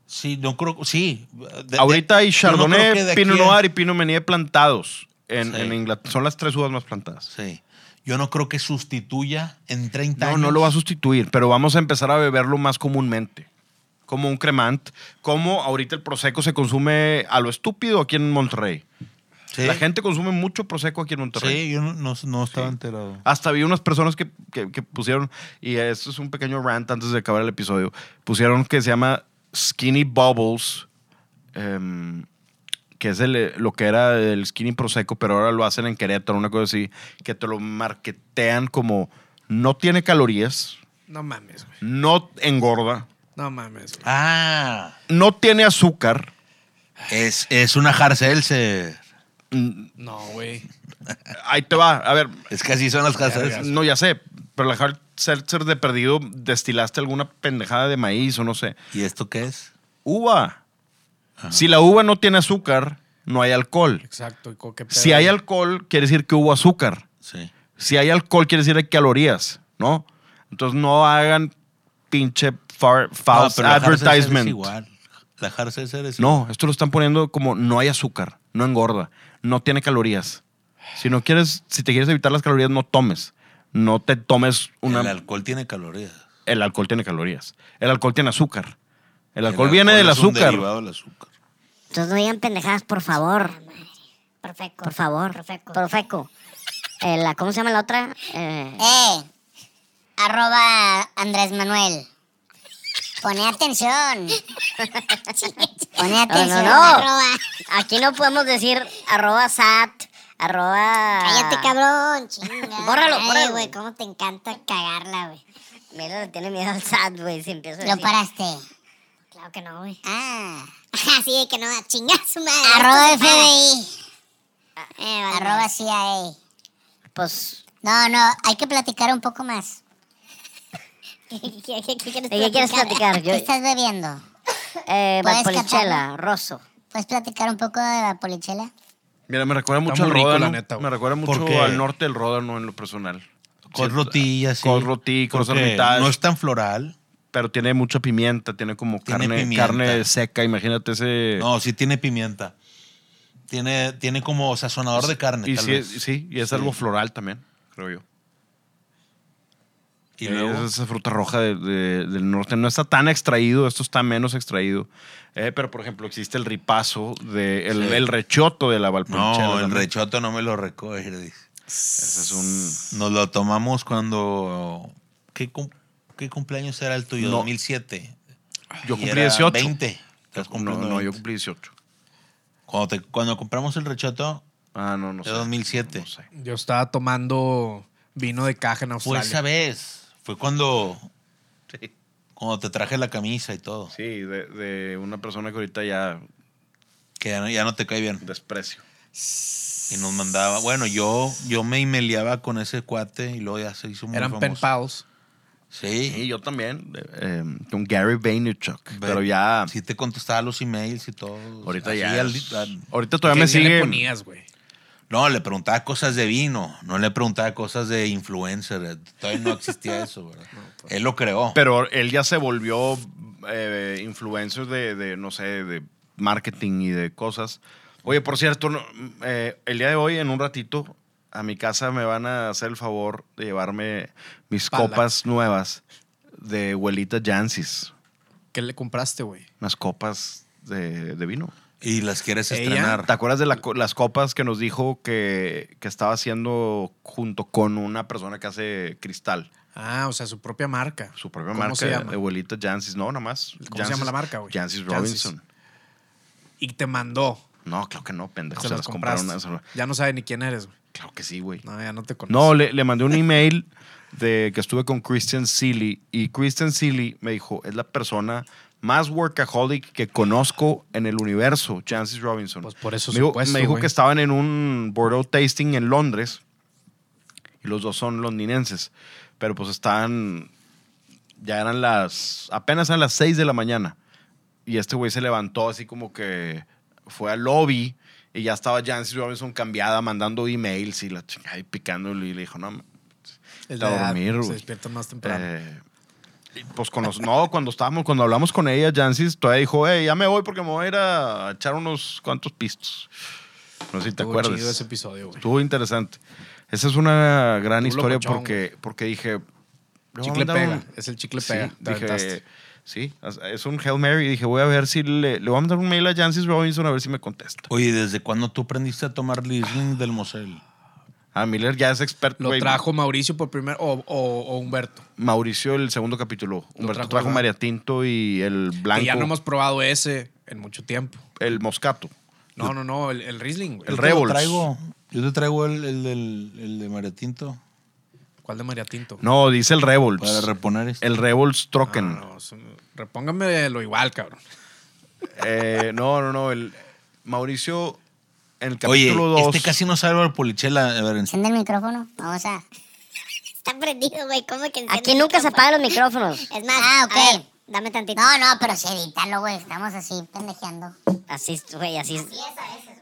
S5: Sí, no creo. Sí. de-
S3: Ahorita hay
S5: de- yo no creo
S3: Chardonnay,
S5: que de aquí
S3: Pinot
S5: a-
S3: Noir y Pinot Meunier plantados en,
S5: Sí.
S3: Inglaterra. Son las tres uvas más plantadas.
S5: Sí. Yo no creo que sustituya en 30
S3: No,
S5: años.
S3: no lo va a sustituir, pero vamos a empezar a beberlo más comúnmente. Como un cremant, como ahorita el prosecco se consume a lo estúpido aquí en Monterrey.
S5: Sí.
S3: La gente consume mucho prosecco aquí en Monterrey.
S5: Sí, yo no, no- no estaba enterado.
S3: Hasta vi unas personas que, que- que pusieron, y esto es un pequeño rant antes de acabar el episodio, pusieron que se llama Skinny Bubbles, em, que es el, eh, lo que era el Skinny Prosecco, pero ahora lo hacen en Querétaro, una cosa así, que te lo marketean como no tiene calorías,
S4: No mames, güey.
S3: no engorda,
S4: No mames, güey.
S5: Ah,
S3: no tiene azúcar.
S5: es, es una Harselser.
S4: No, güey.
S3: Ahí te va, a ver,
S5: Es que así son las Harselser.
S3: no, ya sé, pero la hard seltzer de perdido destilaste alguna pendejada de maíz o no sé.
S5: ¿Y esto qué es?
S3: uva. Si la uva no tiene azúcar, no hay alcohol.
S4: Exacto. y co- qué pedo,
S3: Si hay
S4: güey.
S3: alcohol, quiere decir que hubo azúcar.
S5: Sí.
S3: Si hay alcohol, quiere decir que hay calorías, ¿no? Entonces no hagan pinche far-
S5: Ah,
S3: false
S5: pero la Harselser Es
S3: advertisement.
S5: igual. La Harselser es
S3: No, esto lo están poniendo como no hay azúcar, no engorda, no tiene calorías. Si no quieres, si te quieres evitar las calorías, no tomes. No te tomes una.
S5: El alcohol tiene calorías.
S3: el alcohol tiene calorías. El alcohol tiene azúcar. El alcohol,
S5: El
S3: viene del
S5: es un
S3: azúcar.
S5: derivado del azúcar.
S6: Entonces no digan pendejadas, por favor.
S1: Profeco.
S6: Por favor.
S1: Profeco.
S6: Profeco. Eh, la- ¿Cómo se llama la otra? Eh,
S2: ¡Eh! Arroba Andrés Manuel.
S1: <laughs>
S2: Pone atención. Pone atención.
S6: no.
S1: Arroba.
S6: aquí no podemos decir arroba sat, arroba...
S1: Cállate, cabrón. Chinga.
S6: Bórralo,
S1: Ay,
S6: bórralo.
S1: güey, cómo te encanta cagarla, güey.
S6: Mira, le tiene miedo al sat, güey, si empiezo a
S2: Lo
S6: decir.
S2: paraste.
S1: Claro que no, güey.
S2: Ah. <laughs>
S1: Así de que no, a chingar a su madre.
S2: Arroba
S1: Esto se para.
S2: FBI.
S1: Eh, vale,
S2: Arroba CIA.
S6: Pues,
S2: No, no, hay que platicar un poco más.
S1: <laughs> ¿Qué, qué- qué- qué quieres
S6: ¿de qué quieres
S1: <laughs>
S6: platicar? Yo,
S2: ¿Qué estás bebiendo?
S6: eh,
S2: ¿Puedes
S6: Valpolichela, Rosso.
S2: ¿Puedes platicar un poco de la polichela?
S3: Mira, me recuerda
S4: Está
S3: mucho al
S4: muy rico,
S3: Ródano.
S4: la neta, güey.
S3: me recuerda mucho
S5: ¿Por qué?
S3: al norte del Ródano en lo personal.
S5: Con
S3: Sí,
S5: rotillas.
S3: Con rotí, con
S5: Porque
S3: sarmitas.
S5: No es tan floral.
S3: Pero tiene mucha pimienta, tiene como
S5: Tiene
S3: carne,
S5: pimienta.
S3: carne seca. Imagínate ese.
S5: No, sí tiene pimienta. Tiene, tiene como sazonador de carne,
S3: y
S5: tal
S3: sí,
S5: vez.
S3: sí, y es
S5: Sí.
S3: algo floral también, creo yo.
S5: Y
S3: Eh,
S5: luego,
S3: Es esa fruta roja de- de- del norte. No está tan extraído, esto está menos extraído. Eh, pero, por ejemplo, existe el ripazo, de, el,
S5: Sí.
S3: el rechoto de la Valpolicella.
S5: no, el
S3: también.
S5: rechoto no me lo recuerdes.
S3: Ese es un.
S5: Nos lo tomamos cuando... ¿Qué, cum- qué cumpleaños era el tuyo?
S3: No.
S5: 2007.
S3: Yo
S5: Y
S3: cumplí
S5: era
S3: 18.
S5: 20. Estás
S3: No,
S5: cumpliendo
S3: no, yo
S5: 20.
S3: cumplí 18.
S5: Cuando, te- cuando compramos el rechoto,
S3: Ah, no, no
S5: De
S3: sé.
S5: 2007.
S3: No sé.
S4: Yo estaba tomando vino de caja en
S5: fue
S4: Australia.
S5: esa vez. Fue cuando... Cuando te traje la camisa y todo.
S3: Sí, de, de una persona que ahorita ya
S5: Que ya no, ya no te cae bien.
S3: desprecio.
S5: Y nos mandaba, bueno, yo, yo me imeleaba con ese cuate y luego ya se hizo muy
S4: Eran
S5: famoso.
S4: pen pals.
S3: Y
S5: Sí.
S3: yo también, eh, eh, con Gary Vaynerchuk. pero
S5: Ve-
S3: ya,
S5: Sí te contestaba los emails y todo.
S3: ahorita
S5: Así
S3: ya.
S5: al-
S3: es-
S5: al-
S3: ahorita todavía me
S4: ¿Qué día le
S3: sigue.
S4: ponías, güey?
S5: no, le preguntaba cosas de vino, no le preguntaba cosas de influencer. eh, Todavía
S3: <laughs>
S5: no existía eso, ¿verdad? Él lo creó.
S3: pues. Pero él ya se volvió eh, influencer de, de, no sé, de marketing y de cosas. Oye, por cierto, no, eh, el día de hoy, en un ratito, a mi casa me van a hacer el favor de llevarme mis
S4: Pala.
S3: copas nuevas de abuelita Jansis.
S4: ¿Qué le compraste, güey?
S3: Unas copas de- de vino.
S5: y las quieres
S4: Ella-
S5: estrenar.
S3: ¿Te acuerdas de la co- las copas que nos dijo que, que estaba haciendo junto con una persona que hace cristal?
S4: Ah, o sea, su propia marca.
S3: Su propia
S4: ¿Cómo
S3: marca,
S4: se llama?
S3: de abuelita Jansis. No, nada más.
S4: ¿Cómo se llama la marca, güey?
S3: Jansis
S4: Jancis.
S3: Robinson.
S4: Y te mandó.
S3: No, claro que no, pendejo.
S4: se las compraste.
S3: compraron. a- se lo-
S4: Ya no pues sabe ni quién eres, güey.
S3: Claro que sí, güey.
S4: No, ya no te conoce.
S3: No, le, le mandé un email de que estuve con Christian Seeley y Christian Seeley me dijo, es la persona más workaholic que conozco en el universo, Chances Robinson.
S4: Pues por eso
S3: me dijo,
S4: supuesto,
S3: me dijo
S4: güey.
S3: que estaban en un Bordeaux tasting en Londres y los dos son londinenses, pero pues estaban, ya eran las, apenas a las 6 de la mañana y este güey se levantó así como que fue al lobby y ya estaba Jancy Robinson cambiada, mandando emails y la chingada y picándole y le dijo, no, ma-
S4: Es
S3: a
S4: la edad,
S3: dormir,
S4: Se
S3: güey.
S4: despiertan más temprano.
S3: eh, y pues con los- no, cuando estábamos, cuando hablamos con ella, Jancy todavía dijo, hey, ya me voy porque me voy a ir a echar unos cuantos pistos. No sé si te
S4: Estuvo
S3: acuerdas.
S4: chido ese episodio, güey.
S3: Estuvo interesante. Esa es una gran
S4: Estuvo
S3: historia
S4: locochón,
S3: porque, porque dije... le voy a
S4: Chicle
S3: mandar
S4: pega.
S3: un-
S4: Es el chicle
S3: Sí,
S4: pega. Te aventaste.
S3: dije, sí, es un Hail Mary. Dije, voy a ver si le, le voy a mandar un mail a Jancis Robinson a ver si me contesta.
S5: Oye, ¿desde cuándo tú aprendiste a tomar Riesling del Mosel?
S3: Ah, Miller ya es experto.
S4: Lo
S3: güey.
S4: trajo Mauricio por primero o, o- o Humberto.
S3: Mauricio el segundo capítulo. Humberto
S4: trajo,
S3: trajo,
S4: ¿verdad?
S3: María Tinto y el blanco,
S4: Que ya no hemos probado ese en mucho tiempo.
S3: el moscato.
S4: No, no, no, el, el Riesling. güey.
S3: El
S5: Yo te
S3: Rebels.
S5: lo traigo. Yo te traigo el, el, del- el de Maretinto
S4: ¿Cuál de María Tinto?
S3: No, dice el Revolts.
S5: para reponer este. esto.
S3: Pues,
S5: Ah,
S3: el Revolts Trocken.
S4: No, no, eso no. repóngame lo igual, cabrón.
S3: Eh, no, no, no. El, Mauricio en el
S5: Oye,
S3: capítulo 2.
S5: este casi no sabe al polichela. A ver, en-
S2: Enciende el micrófono. Vamos a.
S1: Está prendido, güey. ¿Cómo que enciende
S6: Aquí
S1: el
S6: nunca se
S1: micrófono?
S6: apagan los micrófonos.
S1: Es más,
S2: Ah,
S1: ah,
S2: ok.
S1: dame tantito.
S2: No, no, pero sí, edítalo, güey. Estamos así pendejeando.
S6: Así, güey, así.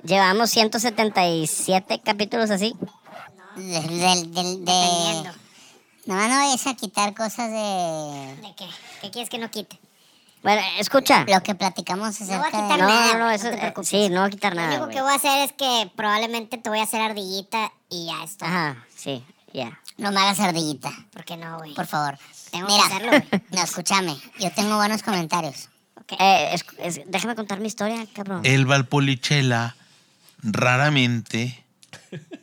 S6: Llevamos 177 capítulos así.
S2: Del, del, del, de...
S1: Dependiendo.
S2: Nomás no vayas a quitar cosas de
S1: ¿De qué? ¿Qué quieres que no quite?
S6: Bueno, escucha.
S2: lo que platicamos
S1: No voy a
S2: acerca
S6: No,
S1: quitar
S2: de...
S6: no,
S1: nada,
S6: no,
S1: no
S6: eso.
S1: te
S6: eh,
S1: preocupes.
S6: sí, no voy a quitar
S1: Lo
S6: nada.
S1: único
S6: güey.
S1: que voy a hacer es que probablemente te voy a hacer ardillita y ya esto.
S6: Ajá, sí, ya.
S2: No me hagas ardillita,
S1: ¿Por qué no, güey?
S2: por favor.
S1: Tengo que
S2: Mira,
S1: hacerlo, güey.
S2: <laughs> no, escúchame. Yo tengo buenos comentarios.
S6: Eh, es- es- déjame contar mi historia, cabrón.
S5: el Valpolichela raramente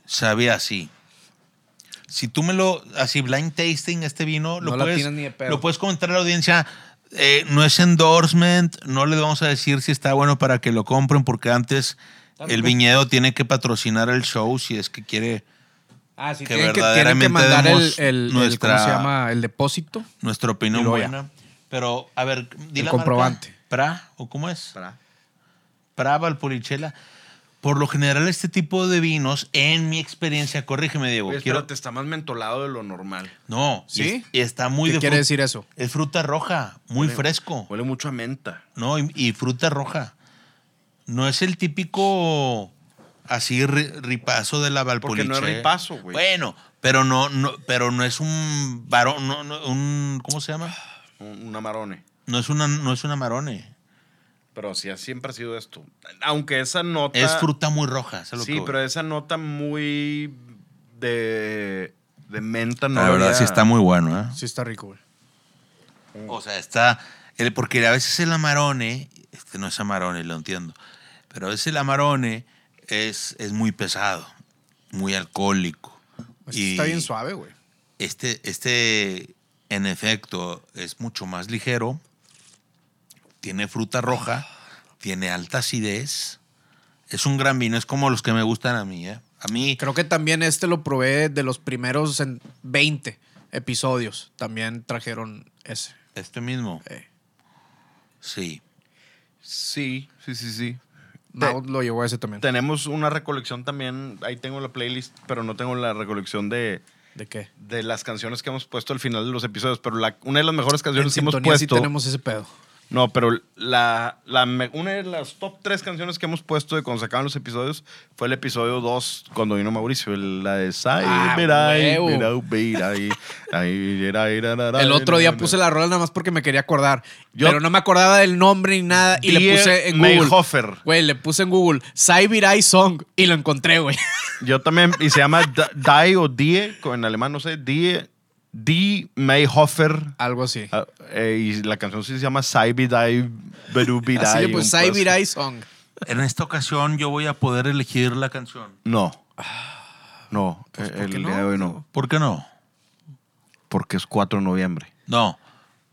S5: sabe así. Si tú me lo, así blind tasting este vino,
S4: No
S5: lo,
S4: la
S5: puedes,
S4: tienes ni de pedo.
S5: lo puedes comentar a la audiencia. eh, no es endorsement, no le vamos a decir si está bueno para que lo compren, porque antes el viñedo tiene que patrocinar el show si es que quiere
S4: Ah, sí,
S5: Que
S4: tienen que, tienen que
S5: verdaderamente
S4: mandar el,
S5: demos
S4: el, el-
S5: nuestra-
S4: ¿cómo se llama? El depósito.
S5: nuestra
S4: Y
S5: opinión
S4: luego ya.
S5: buena. Pero, a ver, di
S4: El
S5: la
S4: comprobante.
S5: marca. ¿Pra? ¿O cómo es?
S3: Espera.
S5: Pra Valpolichela. Por lo general, este tipo de vinos, en mi experiencia, corrígeme, Diego.
S3: Oye,
S5: quiero,
S3: espérate, está más mentolado de lo normal.
S5: No, y
S4: ¿Sí?
S5: es- y está muy
S4: ¿Qué
S5: de
S4: quiere
S5: fru-
S4: decir eso?
S5: Es fruta roja, muy fresco,
S3: Huele mucho a menta.
S5: ¿no? Y, y fruta roja. No es el típico así ri- ripazo de la
S3: Porque
S5: Valpolichela.
S3: no es ripazo, güey.
S5: Bueno, pero no, no, pero no es un varón, no, no, un, ¿cómo se llama?
S3: Un, un amarone.
S5: No es una, no es un amarone.
S3: Pero sí, siempre ha sido esto. Aunque esa nota.
S5: Es fruta muy roja, es a lo que
S3: Sí,
S5: voy.
S3: pero esa nota muy de, de menta no.
S5: la verdad
S3: había-
S5: sí está muy bueno, ¿eh?
S4: Sí, está rico, güey.
S5: O sea, está. el- porque a veces el amarone, este no es amarone, lo entiendo, pero a veces el amarone es, es muy pesado, muy alcohólico.
S4: Este
S5: Y
S4: está bien suave, güey.
S5: Este, este, en efecto, es mucho más ligero, tiene fruta roja, tiene alta acidez. Es un gran vino, es como los que me gustan a mí, ¿eh? A mí,
S4: Creo que también este lo probé de los primeros en 20 episodios. También trajeron ese.
S5: este mismo.
S4: Eh.
S5: Sí.
S3: Sí, sí, sí, sí.
S4: Mau lo llevó ese también.
S3: Tenemos una recolección también. Ahí tengo la playlist, pero no tengo la recolección de,
S4: ¿De qué?
S3: de las canciones que hemos puesto al final de los episodios. Pero la- una de las mejores
S4: En
S3: canciones que Pues hemos
S4: sintonía sí
S3: puesto.
S4: tenemos ese pedo.
S3: No, pero la, la me- una de las top tres canciones que hemos puesto de cuando se acaban los episodios fue el episodio 2 cuando vino Mauricio, el- la de Sai,
S4: Ah,
S3: mira, ay,
S4: huevo.
S3: mira, mira, ay, ay, era, era, era, era,
S4: El otro
S3: era,
S4: día
S3: era.
S4: puse la rola nada más porque me quería acordar.
S3: Yo-
S4: pero no me acordaba del nombre ni nada. Y le
S3: Die
S4: puse en
S3: Meyhofer.
S4: Google. Güey, le puse en Google Saibirai Song y lo encontré, güey.
S3: Yo también, y se llama Da- Die o Die, co- en alemán no sé, Die, Die Mayhofer.
S4: <laughs> Algo así.
S3: Ah, eh, y la canción sí se llama Saibi Die, Berubi Die.
S4: Así le
S3: un
S4: puse
S3: pedazo.
S4: Saibirai Song.
S5: En esta ocasión yo voy a poder elegir la canción.
S3: No. No, eh,
S4: Ah, pues, ¿por
S3: el
S4: qué
S3: día de
S4: no?
S3: hoy no,
S5: ¿Por qué no?
S3: porque es 4 de noviembre.
S5: No.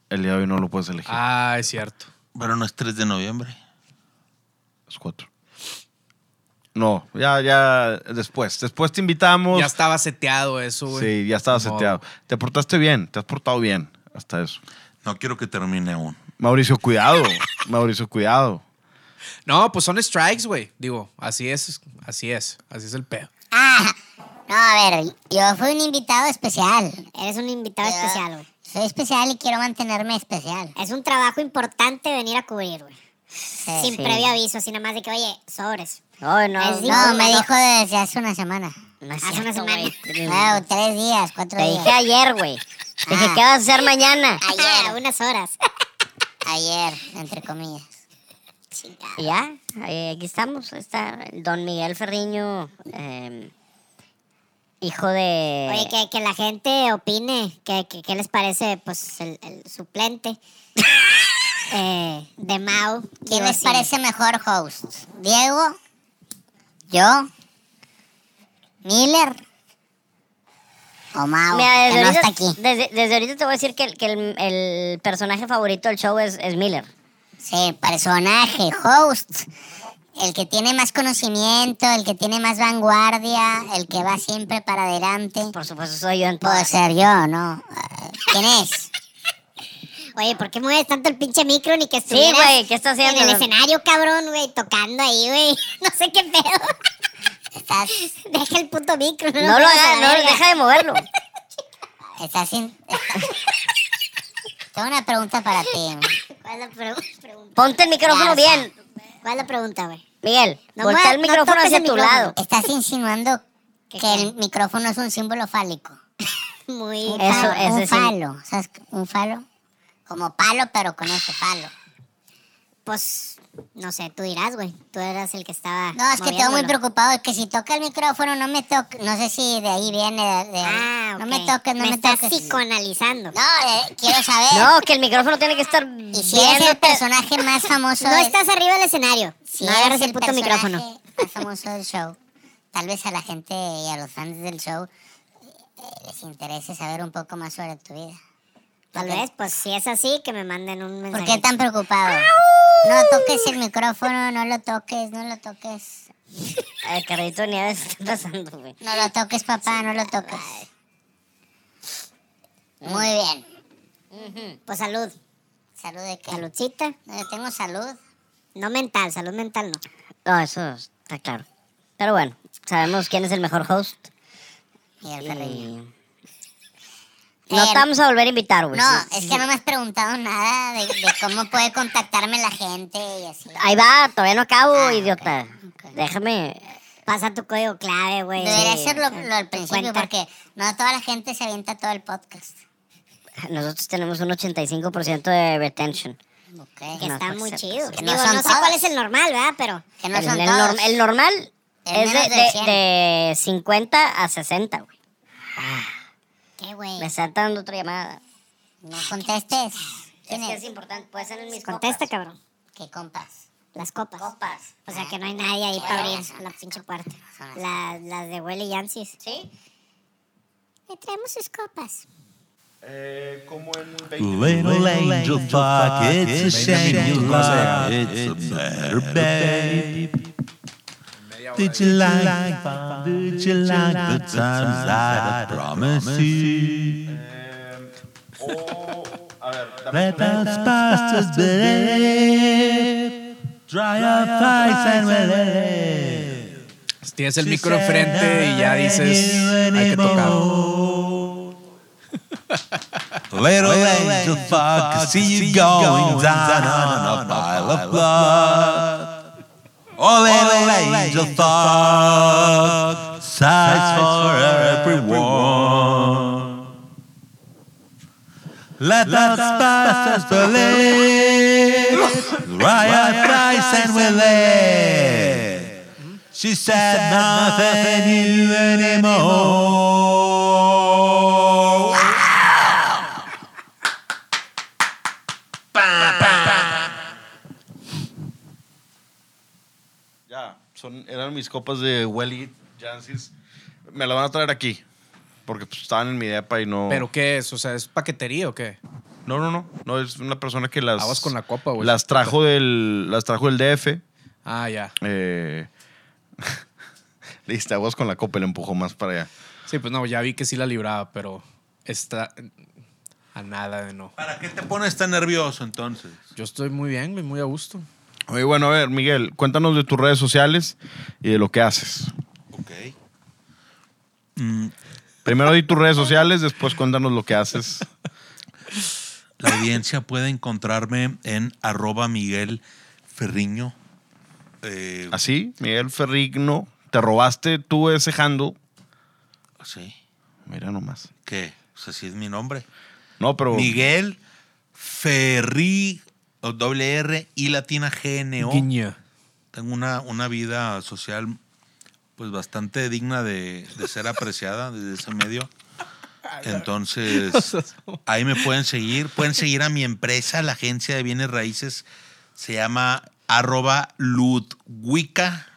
S3: El día de hoy no lo puedes elegir.
S4: Ah, es cierto.
S5: Pero no es 3 de noviembre.
S3: Es cuatro. No, ya, ya después. Después te invitamos.
S4: Ya estaba seteado eso, güey.
S3: Sí, ya estaba
S4: Ni modo.
S3: seteado. Te portaste bien, te has portado bien hasta eso.
S7: No quiero que termine aún.
S3: Mauricio,
S4: <laughs>
S3: cuidado. Mauricio, cuidado.
S4: No, pues son strikes, güey. Digo, así es, así es, así es el pedo.
S2: Ah, no, a ver, yo fui un invitado especial.
S8: Eres un invitado
S2: Yo
S8: especial, güey.
S2: Soy especial y quiero mantenerme especial.
S8: Es un trabajo importante venir a cubrir, güey.
S2: Sí.
S8: Sin
S6: sí.
S8: previo aviso, así nada más de que, oye, sobres.
S6: Ay, no,
S8: Es-
S2: No, me
S8: no.
S2: dijo desde hace una semana.
S6: no es
S8: hace una
S6: cierto,
S8: semana.
S6: güey.
S2: No, tres días, cuatro
S6: Te
S2: días.
S6: dije ayer, güey. Te dije,
S2: Ah.
S6: ¿qué vas a hacer mañana?
S2: <laughs>
S8: Ah, unas horas.
S2: Ayer, entre comillas.
S6: Y ya, eh, aquí estamos. Está don Miguel Ferriño, eh, hijo de...
S8: Oye, que, que la gente opine que, que- qué les parece, pues, el, el
S2: <laughs>
S8: suplente eh, de Mau.
S2: ¿Quién
S8: Digo,
S2: les
S8: sí.
S2: parece mejor host? ¿Diego? ¿Yo? ¿Miller? ¿O Mau?
S6: Mira,
S2: que
S6: desde,
S2: no está
S6: ahorita,
S2: aquí.
S6: Desde, desde ahorita te voy a decir que, el, que el, el personaje favorito del show es, es Miller.
S2: Sí, personaje, host. El que tiene más conocimiento, el que tiene más vanguardia, el que va siempre para adelante.
S6: Por supuesto, soy yo en
S2: Puedo
S6: todas.
S2: ser yo, ¿no? Eh, ¿Quién es?
S8: Oye, ¿por qué mueves tanto el pinche micro ni que
S6: Sí,
S8: estuvieras
S6: güey, ¿qué está
S8: en
S6: haciendo?
S8: el escenario, cabrón, güey, tocando ahí, güey? <laughs> No sé qué pedo.
S2: Estás,
S8: Deja el puto micro.
S6: No lo
S8: muevas a
S6: hagas,
S8: la
S6: no,
S8: verga.
S6: deja de moverlo.
S2: estás sin... Tengo una pregunta para ti.
S8: ¿Cuál es la pregu- pregunta?
S6: Ponte el
S2: Garza.
S6: micrófono bien,
S8: ¿Cuál es la pregunta, güey?
S6: Miguel.
S8: No
S6: voltea
S8: mueva- no
S6: el micrófono
S8: toques
S6: hacia
S8: el
S6: tu
S8: micrófono.
S6: lado.
S2: Estás insinuando
S8: <laughs> ¿Qué,
S2: que el micrófono es un símbolo fálico.
S8: <laughs> Muy
S2: Un
S8: bien.
S2: falo,
S6: eso
S2: un
S6: sí.
S2: falo, ¿sabes? qué? Un falo. Como palo, pero con ese falo.
S8: Pues, no sé, tú dirás, güey. Tú eras el que estaba.
S2: No, es que tengo muy
S8: moviéndolo.
S2: preocupado. Es que si toca el micrófono, no me toques. No sé si de ahí viene. de- de-
S8: Ah, ok.
S2: No me toques, no me,
S8: estás
S2: toques.
S8: psicoanalizando.
S2: No, eh, quiero saber.
S6: No, que el micrófono tiene que estar
S2: y si eres el
S6: viéndote.
S2: personaje más famoso.
S8: <laughs> No
S2: del-
S8: estás arriba del escenario.
S2: si
S8: no
S2: eres
S8: agarres el puto
S2: personaje
S8: micrófono.
S2: <laughs> Más famoso del show. Tal vez a la gente y a los fans del show eh, les interese saber un poco más sobre tu vida.
S8: Tal vez, pues si es así, que me manden un
S2: ¿Por
S8: mensaje.
S2: qué tan preocupado? No toques el micrófono, no lo toques, no lo toques.
S6: Ay, Carlito Nieves está pasando, güey.
S2: No lo toques, papá, no lo toques. Muy bien.
S8: Pues salud.
S2: ¿Salud de qué?
S8: Saludcita.
S2: No, yo tengo salud.
S8: No mental, salud mental no.
S6: No, eso está claro. Pero bueno, sabemos quién es el mejor host.
S2: Miguel
S6: y-
S2: Ferreño.
S6: No
S2: Eh,
S6: te vamos a volver a invitar, güey.
S2: No,
S6: Sí,
S2: es
S6: sí,
S2: que no me has preguntado nada de, de cómo puede contactarme la gente y así.
S6: Ahí va, todavía no acabo,
S2: Ah,
S6: idiota.
S2: ok, ok.
S6: Déjame.
S8: Pasa tu código clave, güey.
S2: Debería
S8: Sí.
S2: hacerlo lo al
S8: Tu
S2: principio
S8: cuenta.
S2: porque no toda la gente se avienta todo el podcast.
S6: Nosotros tenemos un 85% de retention.
S2: Ok.
S8: Que
S6: No,
S8: está
S6: pues,
S8: muy
S6: sí,
S8: chido.
S2: pues,
S8: Digo,
S2: no son
S8: no sé
S2: todos.
S8: cuál es el normal, ¿verdad? Pero.
S2: Que no
S6: el,
S2: son
S6: el
S2: todos.
S6: norm- el normal
S2: El
S6: es de,
S2: menos de
S6: de-
S2: 100.
S6: de 50 a 60, güey.
S8: ¿Qué, güey?
S6: Me está dando otra llamada.
S2: No contestes. ¿Quién
S6: Es que es
S2: es?
S6: importante, puede ser en mis
S8: Contesta,
S6: copas.
S8: cabrón.
S2: ¿Qué compas?
S8: Las copas.
S6: Copas.
S8: O sea que no hay nadie ahí para abrir
S2: Son
S8: la pinche puerta.
S2: Son las-
S8: La- las de Welly Yansis.
S6: Sí.
S8: Le traemos sus copas.
S5: Little angel fuck, it's a shame you love, it's a better babe. Did you like, did you like the times I promised you? Let those bastards believe, dry up eyes and we'll live.
S4: Tienes el micro enfrente y ya dices, hay que tocar.
S5: <laughs> Little angel fuck, I see you going down on a pile of blood. Oh, little angel fuck, sighs for everyone. Let us pass us believe, <laughs> right Christ and we live. She said nothing you anymore.
S3: Ya, son, eran mis copas de Welly Jansis. Me la van a traer aquí. Porque pues, estaban en mi depa y no.
S4: ¿Pero qué es? O sea, ¿es paquetería o qué?
S3: No, no, no. No, es una persona que las.
S4: Aguas con la copa,
S3: <laughs>
S4: güey.
S3: Las trajo del. Las trajo del DF.
S4: Ah, ya.
S3: eh, Lista, vos con la copa y le empujó más para allá.
S4: Sí, pues no, ya vi que sí la libraba, pero está a nada de no.
S5: ¿Para qué te pones tan nervioso entonces?
S4: Yo estoy muy bien, güey, muy a gusto.
S3: Oye, bueno, a ver, Miguel, cuéntanos de tus redes sociales y de lo que haces.
S5: Ok. Mm,
S3: Primero di tus redes sociales, después cuéntanos lo que haces.
S5: La audiencia puede encontrarme en arroba Miguel Ferriño. Eh,
S3: Así, Miguel Ferrigno, te robaste tú ese handle.
S5: Ah, sí.
S3: Mira nomás.
S5: ¿Qué? O sea, sí es mi nombre.
S3: No,
S5: Oh.
S3: pero
S5: Miguel Ferri, o doble R, y latina GNO.
S4: Guiño.
S5: Tengo una, una vida social pues bastante digna de, de ser <laughs> apreciada desde ese medio. Entonces, ahí me pueden seguir. Pueden seguir a mi empresa, la agencia de bienes raíces. Se llama arroba ludwica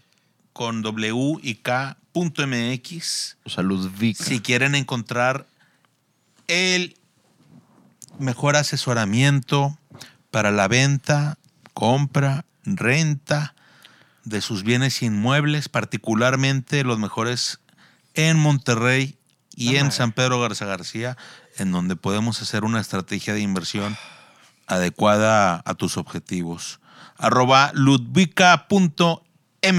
S5: con W y K punto MX.
S3: o sea, Ludvica.
S5: Si quieren encontrar el mejor asesoramiento para la venta, compra, renta de sus bienes inmuebles, particularmente los mejores en Monterrey y en San Pedro Garza García, en donde podemos hacer una estrategia de inversión adecuada a tus objetivos. Arroba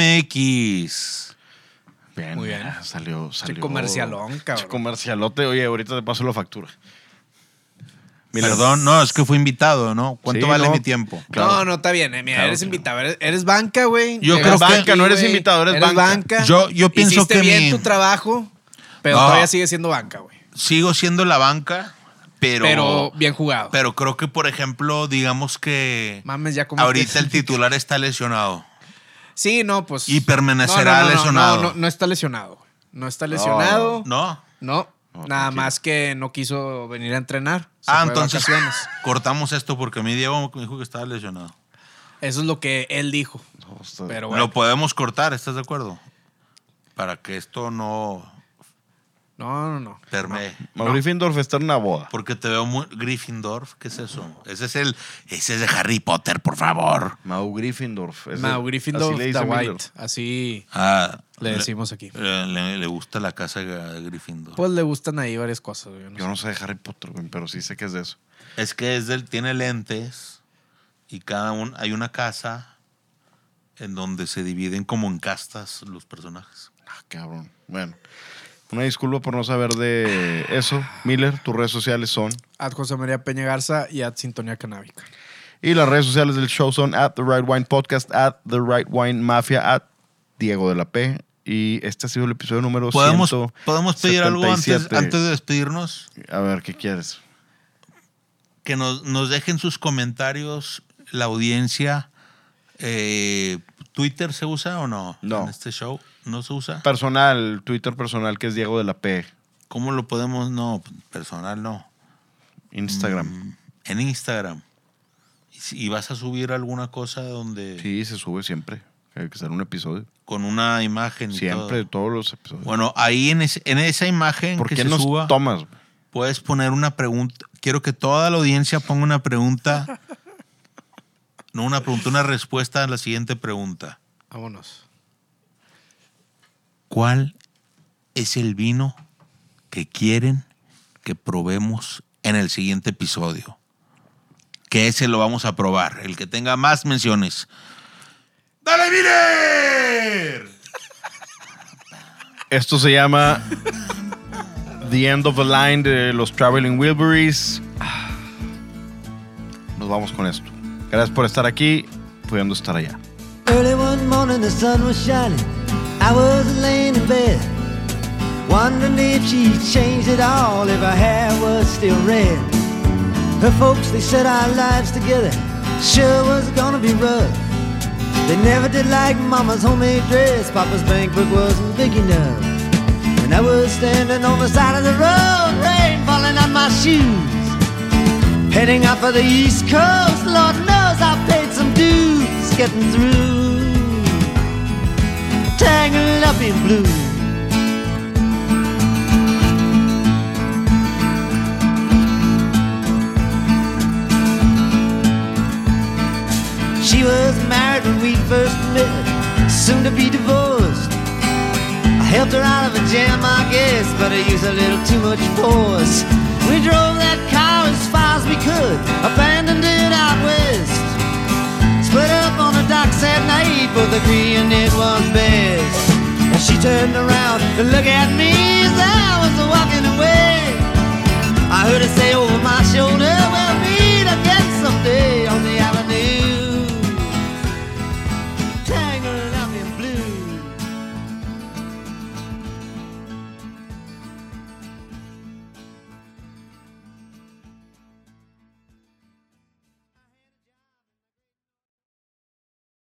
S5: ludvica.mx.
S3: Bien,
S4: Muy bien.
S3: mira, Salió, salió.
S4: comercialón, cabrón.
S3: Che comercialote. Oye, ahorita te paso la factura.
S5: Perdón, no, es que fue invitado, ¿no? ¿Cuánto
S3: Sí,
S5: vale
S3: no.
S5: mi tiempo?
S3: Claro.
S4: No, no, está bien. eh, Mira,
S3: Claro,
S4: eres
S3: claro.
S4: invitado. Eres, eres banca, güey.
S5: Yo
S4: Llegaste
S5: creo que-
S4: aquí,
S3: no eres
S4: güey.
S3: invitado, eres banca.
S5: Yo- yo pienso
S4: Hiciste
S5: que
S4: bien
S5: mi-
S4: tu trabajo, pero
S5: No.
S4: todavía sigue siendo banca, güey.
S5: Sigo siendo la banca,
S4: Pero
S5: pero. Pero,
S4: bien jugado.
S5: creo que, por ejemplo, digamos que.
S4: Mames, ya como
S5: ahorita
S4: que-
S5: el titular está lesionado.
S4: <laughs> Sí, no, pues.
S5: Y
S4: no, no,
S5: permanecerá
S4: no, no,
S5: lesionado.
S4: No, no, no está lesionado. güey. No está lesionado. No.
S5: ¿No?
S4: nada
S3: tranquilo.
S4: más que no quiso venir a entrenar. Se fue
S5: ah,
S4: de
S5: entonces.
S4: vacaciones.
S5: Cortamos esto porque a mí Diego me dijo que estaba lesionado.
S4: Eso es lo que él dijo.
S3: No, está-
S4: Pero bueno.
S5: Lo podemos cortar, ¿estás de acuerdo? Para que esto no
S4: No, no, no.
S5: permee.
S3: Mauricio Findorf está en una boda.
S5: Porque te veo muy. Gryffindor, ¿qué es eso? Ese es el. Ese es de Harry Potter, por favor.
S3: Mau Gryffindorf. ese-
S4: Mau Gryffindor,
S3: Pues, eh, así le
S4: the
S3: dice Miller.
S4: White. Así
S5: Ah,
S4: le decimos aquí.
S5: Le, Eh, le- le gusta la casa de Gryffindor.
S4: Pues le gustan ahí varias cosas. güey, no
S3: Yo no sé de Harry Potter, güey, pero sí sé que es de eso.
S5: Es que es del, tiene lentes y cada uno hay una casa en donde se dividen como en castas los personajes.
S3: Ah, cabrón. Bueno. Una disculpa por no saber de eso. Miller, tus redes sociales son.
S4: Ad José María Peña Garza y Ad Sintonía Canábica.
S3: Y las redes sociales del show son at The Right Wine Podcast, at The Right Wine Mafia, at Diego de la P. Y este ha sido el episodio número
S5: ¿Podemos, ¿podemos pedir algo antes,
S3: 177.
S5: antes de despedirnos?
S3: A ver, ¿qué quieres?
S5: Que nos, nos dejen sus comentarios, la audiencia. eh, ¿Twitter se usa o no?
S3: No.
S5: En este show no se usa.
S3: Personal, Twitter personal, que es Diego de la P.
S5: ¿Cómo lo podemos? No, personal no.
S3: Instagram.
S5: Mm, En Instagram. ¿Y si- ¿Y vas a subir alguna cosa donde
S3: Sí, se sube siempre. Hay que hacer un episodio.
S5: con una imagen? y
S3: Siempre,
S5: todo?
S3: todos los episodios.
S5: Bueno, ahí en, es- en esa imagen
S3: ¿Por
S5: que
S3: qué
S5: se
S3: nos
S5: suba,
S3: tomas?
S5: puedes poner una pregunta. Quiero que toda la audiencia ponga una
S3: <laughs>
S5: pregunta. no una pregunta, una respuesta a la siguiente pregunta.
S4: Vámonos.
S5: ¿Cuál es el vino que quieren que probemos en el siguiente episodio? Que ese lo vamos a probar. El que tenga más menciones. ¡Dale, Miller!
S3: Esto se llama The End of the Line de los Traveling Wilburys. Ah. Nos vamos con esto. Gracias por estar aquí, pudiendo estar allá.
S9: Early one morning the sun was shining. I was laying in bed, wondering if she'd changed at all, if her hair was still red. Her folks, they said our lives together sure was gonna be rough. They never did like mama's homemade dress, papa's bankbook wasn't big enough. And I was standing on the side of the road, rain falling on my shoes. Heading up for the East Coast, Lord knows I've paid some dues getting through. Tangled up in blue. She was married when we first met, soon to be divorced. I Helped her out of a jam, I guess, but I used a little too much force. We drove that car as far as we could, abandoned it out west. Split up on the docks that night, both agreeing it was best. And she turned around to look at me as I was walking away. I heard her say over my shoulder,